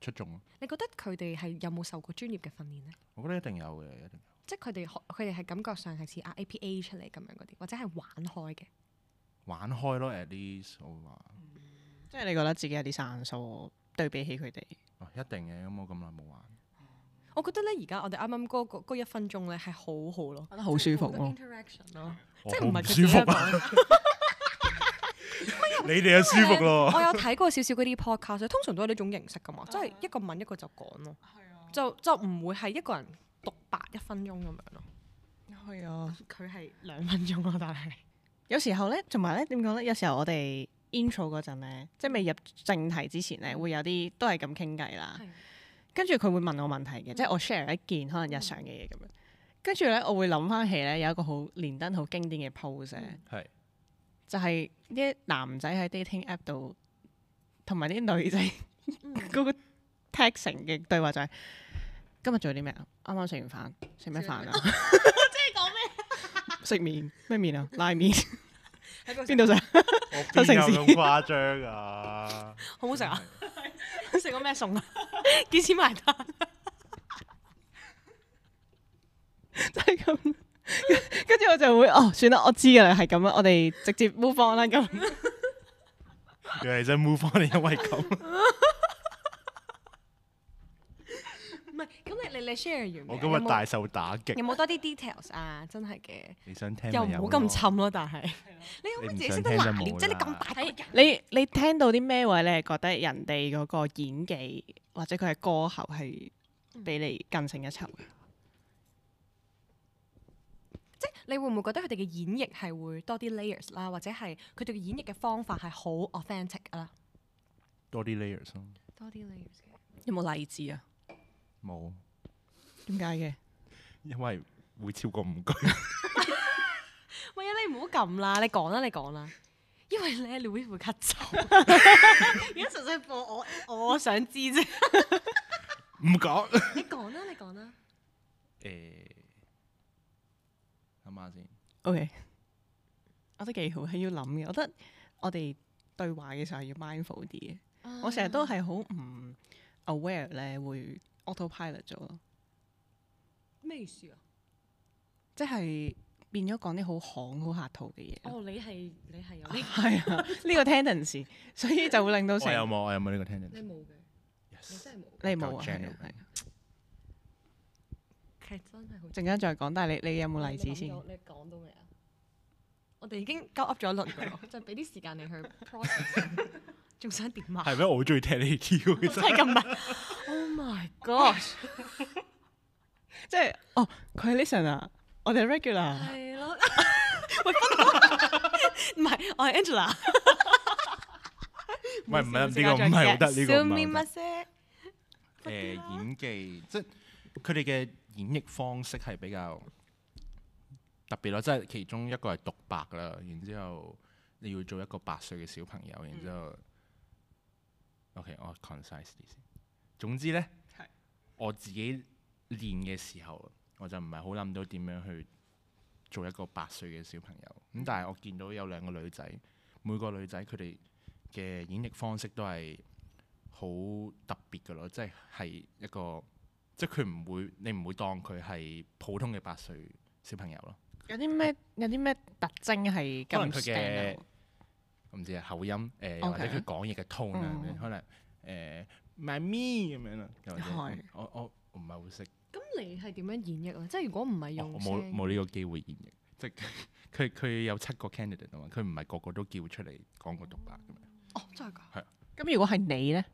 [SPEAKER 2] 出眾咯。
[SPEAKER 1] 你覺得佢哋係有冇受過專業嘅訓練咧？
[SPEAKER 2] 我覺得一定有嘅，一定有。
[SPEAKER 1] 即係佢哋學佢哋係感覺上係似 R A P A 出嚟咁樣嗰啲，或者係玩開嘅。
[SPEAKER 2] 玩開咯，at least 我會話，
[SPEAKER 3] 即係你覺得自己有啲生疏，對比起佢哋，
[SPEAKER 2] 哦一定嘅，咁我咁耐冇玩，
[SPEAKER 1] 我覺得咧，而家我哋啱啱嗰個嗰一分鐘咧係好好咯，
[SPEAKER 3] 覺得好舒服
[SPEAKER 1] 好多
[SPEAKER 3] 咯。
[SPEAKER 1] interaction 咯。
[SPEAKER 2] 即
[SPEAKER 1] 即係唔係佢自
[SPEAKER 2] 舒
[SPEAKER 1] 己
[SPEAKER 2] 服
[SPEAKER 1] 講
[SPEAKER 2] 啊？你哋又舒服咯，
[SPEAKER 1] 我有睇過少少嗰啲 podcast，通啊常都係呢種形式 <laughs> 噶嘛，即係一啊個問一個就講咯，就就唔會係一個人獨白一分鐘咁樣咯。
[SPEAKER 3] 係啊，
[SPEAKER 1] 佢係兩分鐘咯，但係
[SPEAKER 3] 有時候咧，同埋咧點講咧？有時候我哋 intro 嗰陣咧，即係未入正題之前
[SPEAKER 1] 嗯
[SPEAKER 3] 咧，會有啲都係咁傾偈啦。跟住佢會問我問題嘅，即係
[SPEAKER 1] 嗯
[SPEAKER 3] 我 share 一件可能日常嘅嘢咁樣。跟住咧，我會諗翻起咧有一個好連登好經典嘅 pose 咧，
[SPEAKER 2] 係
[SPEAKER 3] 就係啲男仔喺 dating app 度，同埋啲女仔 <laughs> 嗰個 texting 嘅對話就係、今日做啲咩啊？啱啱食完飯，食咩飯啊？ <laughs> 即係講咩？食麵咩麵 <laughs> 啊？拉麵邊度食？啊
[SPEAKER 2] 我
[SPEAKER 3] 周
[SPEAKER 2] 邊
[SPEAKER 3] 星
[SPEAKER 2] 有咁
[SPEAKER 3] 馳
[SPEAKER 2] 誇張啊？
[SPEAKER 1] 好唔好食啊？食過咩餸啊？幾錢埋單？
[SPEAKER 3] <laughs> 就係咁。跟住我就會哦，算啦，我知噶啦，係咁啦，我哋直接 move on 啦咁。 <laughs>
[SPEAKER 2] 原來你真 move on 係因
[SPEAKER 1] <laughs>
[SPEAKER 2] 為咁，
[SPEAKER 1] 唔係，咁你你你 share 完未
[SPEAKER 2] 我
[SPEAKER 1] 啊
[SPEAKER 2] 今
[SPEAKER 1] 有
[SPEAKER 2] 日
[SPEAKER 1] 冇
[SPEAKER 2] 大受打擊
[SPEAKER 1] 有。冇多啲 details 啊？真係嘅，
[SPEAKER 2] 你想聽咪
[SPEAKER 1] 又
[SPEAKER 2] 有
[SPEAKER 1] 唔好咁
[SPEAKER 2] 咯
[SPEAKER 1] 沉咯，但係 <laughs> 你可唔可以自己識得拿
[SPEAKER 2] 你
[SPEAKER 1] 捏？
[SPEAKER 2] 唔想聽就冇啦
[SPEAKER 1] 即係你咁大個人，
[SPEAKER 3] 你你聽到啲咩位，你係覺得人哋嗰個演技或者佢嘅歌喉係比你更勝一籌嘅？
[SPEAKER 1] 即係你會唔會覺得佢哋嘅演繹係會多啲 layers 啦，或者係佢哋嘅演繹嘅方法係好 authentic 啊啦？
[SPEAKER 2] 多啲 layers 咯，
[SPEAKER 1] 多啲 layers 嘅。
[SPEAKER 3] 有冇例子啊？
[SPEAKER 2] 冇，
[SPEAKER 3] 點解嘅？
[SPEAKER 2] 因為會超過五句。
[SPEAKER 1] 喂啊，你唔好撳啦，你講啦，你講啦。因為咧，Louis 會 cut 走。 <laughs> 而家純粹播我，我想知啫。
[SPEAKER 2] <laughs> 唔講。
[SPEAKER 1] 你講啦，你講啦。
[SPEAKER 2] 誒，諗下先。
[SPEAKER 3] OK，我覺得幾好，係要諗嘅。我覺得我哋對話嘅時候係要 mindful 啲嘅。
[SPEAKER 1] 啊
[SPEAKER 3] 我成日都係好唔 aware 咧，會 autopilot 咗咯，
[SPEAKER 1] 咩意思啊？
[SPEAKER 3] 即係變咗講啲好行好客套嘅嘢。
[SPEAKER 1] 哦，你係你係有呢
[SPEAKER 3] <laughs> 係啊，呢個 tendency，所以就會令到成
[SPEAKER 2] 我有冇？我有冇呢個
[SPEAKER 1] 你
[SPEAKER 2] tendency？
[SPEAKER 1] 冇嘅，你真係冇。
[SPEAKER 3] 你冇
[SPEAKER 2] 夠
[SPEAKER 3] 啊？係
[SPEAKER 2] general
[SPEAKER 3] 啊係啊
[SPEAKER 1] 係真係好。
[SPEAKER 3] 陣間再講，但係你你有冇例子先？
[SPEAKER 1] 你講到未啊？我哋已經鳩噏咗一輪
[SPEAKER 2] <laughs>
[SPEAKER 1] 㗎啦，就俾啲時間你去 process，仲想點啊？
[SPEAKER 2] 係咩？我好中意聽呢
[SPEAKER 1] <laughs>
[SPEAKER 2] 啲 <laughs> 喎，其
[SPEAKER 1] 真
[SPEAKER 2] 實
[SPEAKER 1] 係咁問？Oh my god！
[SPEAKER 3] 即係哦，佢 listen 啊，我哋 regular，
[SPEAKER 1] 係咯，喂，不過唔係，我係 Angela。
[SPEAKER 2] 唔係唔係呢個唔係好得呢個唔係好得。
[SPEAKER 1] Sumimasen
[SPEAKER 2] 誒演技，即係佢哋嘅演繹方式係比較特別咯，即係其中一個係獨白啦，然之後你要做一個八歲嘅小朋友，然之後、OK，我 concise 啲先。總之呢，
[SPEAKER 3] 係
[SPEAKER 2] 我自己練嘅時候，我就唔係好諗到點樣去做一個八歲嘅小朋友。咁但係我見到有兩個女仔，每個女仔佢哋嘅演繹方式都係好特別嘅咯，即係係一個即係佢唔會，你唔會當佢係普通嘅八歲小朋友咯。
[SPEAKER 3] 有啲咩有啲咩特徵係
[SPEAKER 2] 可能
[SPEAKER 3] 咁
[SPEAKER 2] 佢
[SPEAKER 3] stand
[SPEAKER 2] 嘅
[SPEAKER 3] out？
[SPEAKER 2] 我唔知啊口音誒、呃
[SPEAKER 3] OK
[SPEAKER 2] 或者佢講嘢嘅 tone 啊，咁樣
[SPEAKER 3] 嗯
[SPEAKER 2] 可能誒 my me 咁樣啦，又或者
[SPEAKER 3] 係
[SPEAKER 2] 我我我唔係好識，
[SPEAKER 1] 咁你係點樣演繹啊？即係如果唔係
[SPEAKER 2] 哦我我
[SPEAKER 1] 用
[SPEAKER 2] 冇
[SPEAKER 1] 聲，
[SPEAKER 2] 冇呢個機會演繹，即係佢佢有七個 candidate 啊嘛，佢唔係個個都叫出嚟講個獨白咁樣。
[SPEAKER 1] 哦，真係㗎。
[SPEAKER 3] 咁如果係你咧，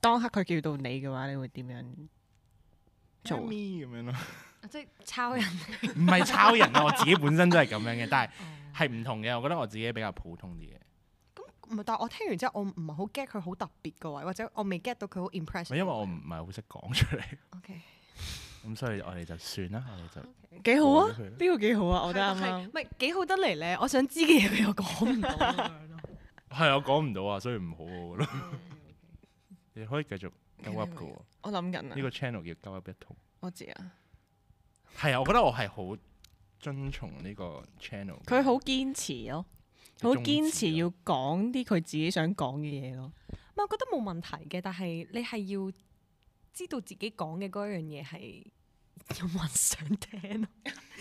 [SPEAKER 3] 當刻佢叫到你嘅話，你會點樣做
[SPEAKER 2] My
[SPEAKER 3] 啊？
[SPEAKER 2] me 咁樣咯，嗯
[SPEAKER 1] 啊即係抄人，
[SPEAKER 2] 唔係抄人啊！我自己本身都係咁樣嘅，但係係唔同嘅。我覺得我自己比較普通啲嘅。
[SPEAKER 1] 唔係，但係我聽完之後，我唔係好 get 佢好特別個位，或者我未 get 到佢好
[SPEAKER 2] 唔係
[SPEAKER 1] impress。
[SPEAKER 2] 因為我唔係好識講出嚟，
[SPEAKER 1] OK，
[SPEAKER 2] <laughs> 咁所以我哋就算啦，我哋就
[SPEAKER 3] 幾好啊！
[SPEAKER 2] 過咗佢啦
[SPEAKER 3] 呢個幾好啊！我覺得啱
[SPEAKER 1] 係
[SPEAKER 3] 啱
[SPEAKER 1] 唔係幾好得嚟咧？我想知嘅嘢佢又講唔到咁樣咯。
[SPEAKER 2] 係我講唔到啊，所以唔好我咯。 <laughs> 你可以繼續鳩噏嘅喎，呢
[SPEAKER 3] 我諗緊啊，
[SPEAKER 2] 個 channel 叫鳩噏一通。
[SPEAKER 3] 我知啊，
[SPEAKER 2] 係啊，我覺得我係好遵從呢個 channel 嘅宗啊旨咯。
[SPEAKER 3] 佢好堅持咯，好堅持要講啲佢自己想講嘅嘢咯。
[SPEAKER 1] 唔係，我覺得冇問題嘅，但係你係要知道自己講嘅嗰樣嘢係有冇人想聽啊？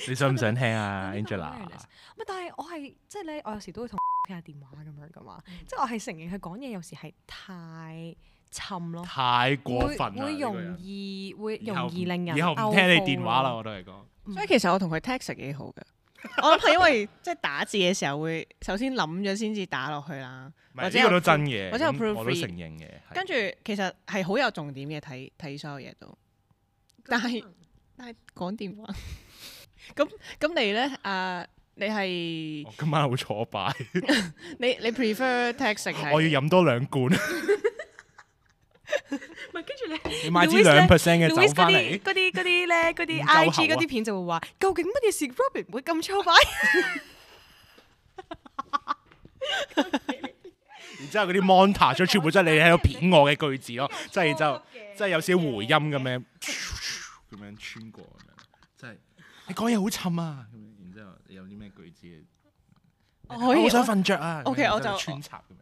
[SPEAKER 2] 你想唔想聽啊
[SPEAKER 1] 呢個
[SPEAKER 2] ，Angela？
[SPEAKER 1] awareness 咪但係我係即係咧，我有時都會同 <laughs> 傾下電話咁樣噶
[SPEAKER 3] 嗯
[SPEAKER 1] 嘛，即係我係承認佢講嘢有時係太沉咯，
[SPEAKER 2] 太過
[SPEAKER 1] 會
[SPEAKER 2] 分啦！
[SPEAKER 1] 會
[SPEAKER 2] 呢個
[SPEAKER 1] 容
[SPEAKER 2] 人
[SPEAKER 1] 易會
[SPEAKER 2] 以後
[SPEAKER 1] 容易令人啊
[SPEAKER 2] 以後唔
[SPEAKER 1] 勾
[SPEAKER 2] 聽你
[SPEAKER 1] 煲
[SPEAKER 2] 電話啦，
[SPEAKER 1] 咯。
[SPEAKER 2] 我都係講。
[SPEAKER 3] 所以其實我同佢 text 係幾好嘅。 <laughs> 我諗係因為即係打字嘅時候會首先諗咗先至打落去啦，
[SPEAKER 2] 唔
[SPEAKER 3] 或
[SPEAKER 2] 係
[SPEAKER 3] 者
[SPEAKER 2] 呢個
[SPEAKER 3] 有
[SPEAKER 2] 都真嘅，
[SPEAKER 3] 或者有
[SPEAKER 2] 咁我都
[SPEAKER 3] proofread
[SPEAKER 2] 承認嘅。係
[SPEAKER 3] 跟住其實係好有重點嘅睇睇所有嘢都，但係但係講電話。 <laughs> 咁咁你咧啊？你係
[SPEAKER 2] 我哦今晚好挫敗，
[SPEAKER 3] 你你 prefer text 定 <laughs> 係
[SPEAKER 2] 我要飲多兩
[SPEAKER 3] <laughs>
[SPEAKER 2] 罐。
[SPEAKER 1] 唔係跟住咧
[SPEAKER 2] 你買支
[SPEAKER 1] Louis
[SPEAKER 2] 兩
[SPEAKER 1] 呢
[SPEAKER 2] percent 嘅
[SPEAKER 1] ，Louis
[SPEAKER 2] 酒翻
[SPEAKER 1] 嗰
[SPEAKER 2] 嚟
[SPEAKER 1] 啲，嗰啲嗰啲咧，嗰啲
[SPEAKER 2] 唔夠
[SPEAKER 1] IG
[SPEAKER 2] 喉
[SPEAKER 1] 嗰
[SPEAKER 2] 啊
[SPEAKER 1] 啲片就會話：究竟乜嘢事？Robin 會咁粗快？
[SPEAKER 2] 然之後嗰啲 montage 咗全部都係你
[SPEAKER 3] <laughs>
[SPEAKER 2] 喺度片我嘅句子咯，即係然之後即係有少少回音咁樣，咁樣穿過咁樣，即係你講嘢好沉啊咁樣，然之後有啲咩句子？
[SPEAKER 3] 我哦可以
[SPEAKER 2] 好想瞓着啊咁樣
[SPEAKER 3] OK，
[SPEAKER 2] 然之後
[SPEAKER 3] 我就
[SPEAKER 2] 穿插咁樣。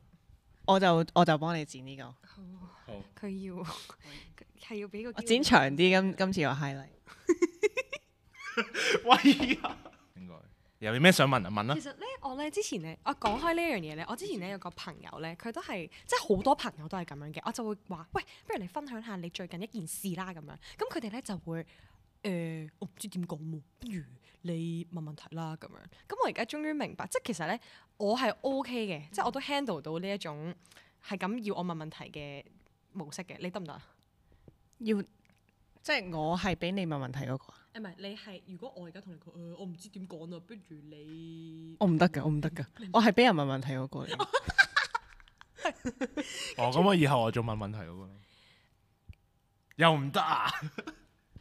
[SPEAKER 3] 我就我就幫你剪呢、個，
[SPEAKER 2] 好，
[SPEAKER 1] 佢要係要俾個
[SPEAKER 3] 我
[SPEAKER 1] 機會
[SPEAKER 3] 剪長啲。今今次我 highlight。
[SPEAKER 2] 喂呀，應該有啲咩想問啊？問啦
[SPEAKER 1] 其，實咧，我咧之前咧，我講開呢一樣嘢咧，我之前咧有個朋友咧，佢都係即係好多朋友都係咁樣嘅，我就會呃話：喂，不如你分享下你最近一件事啦咁樣。咁佢哋咧就會誒、呃我唔知點講喎，不如你問問題啦咁樣。咁我而家終於明白，即係其實咧，我係 OK 嘅，即係我都 handle 到呢一種係咁要我問問題嘅模式嘅。你得唔得啊？
[SPEAKER 3] 要即係我係俾你問問題嗰、個，啊
[SPEAKER 1] 誒唔係，你係如果我而家同你講，我唔知點講啊，不如你
[SPEAKER 3] 我唔得㗎，我唔得㗎，我係俾人問問題嗰、個嚟嘅。
[SPEAKER 2] 哦，咁我以後我做問問題嗰個啦，又唔得啊？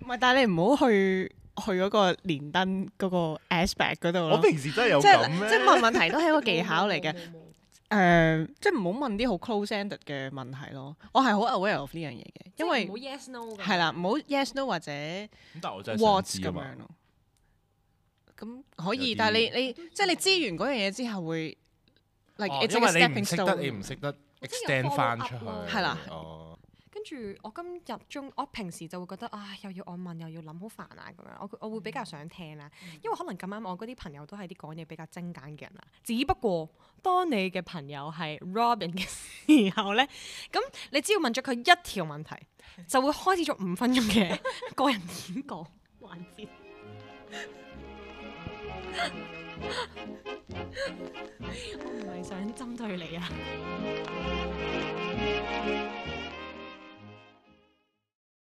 [SPEAKER 3] 唔係，但係你唔好去去嗰個連登嗰個 aspect 嗰度
[SPEAKER 2] 我
[SPEAKER 3] 咯。
[SPEAKER 2] 平時真係有
[SPEAKER 3] 即
[SPEAKER 2] 咁
[SPEAKER 3] 係即係
[SPEAKER 2] 咩？
[SPEAKER 3] 問問題都係一個技巧嚟嘅，誒、即係唔好問啲好 close-ended 嘅問題咯。我係好 aware of 呢樣嘢嘅，因為
[SPEAKER 1] 唔好 yes no 咁
[SPEAKER 3] 係啦，唔好 yes no 或者
[SPEAKER 2] 咁但係我真係想
[SPEAKER 3] what
[SPEAKER 2] 知
[SPEAKER 3] 咁
[SPEAKER 2] 啊嘛
[SPEAKER 3] 樣。咯。咁可以，
[SPEAKER 2] 有啲
[SPEAKER 3] 但係你你即係你知完嗰樣嘢之後會，like
[SPEAKER 2] 哦
[SPEAKER 3] it's
[SPEAKER 2] 因
[SPEAKER 3] like a
[SPEAKER 2] 為你
[SPEAKER 3] stepping
[SPEAKER 2] 唔識得，你唔
[SPEAKER 3] stone。
[SPEAKER 2] 識得
[SPEAKER 1] 我真係有
[SPEAKER 2] extend 翻
[SPEAKER 1] follow
[SPEAKER 2] 出去。
[SPEAKER 1] up 咯
[SPEAKER 3] 係啦
[SPEAKER 2] 哦，
[SPEAKER 1] 跟住我今日中，我平時就會覺得啊，唉又要我問，又要諗，好煩啊咁樣。我我會比較想聽啦，因為可能咁啱我嗰啲朋友都係啲講嘢比較精簡嘅人啦。只不過當你嘅朋友係 Robin 嘅時候咧，咁你只要問咗佢一條問題，就會開始咗五分鐘嘅個人演講環 <laughs> 節。我唔係想針對你啊！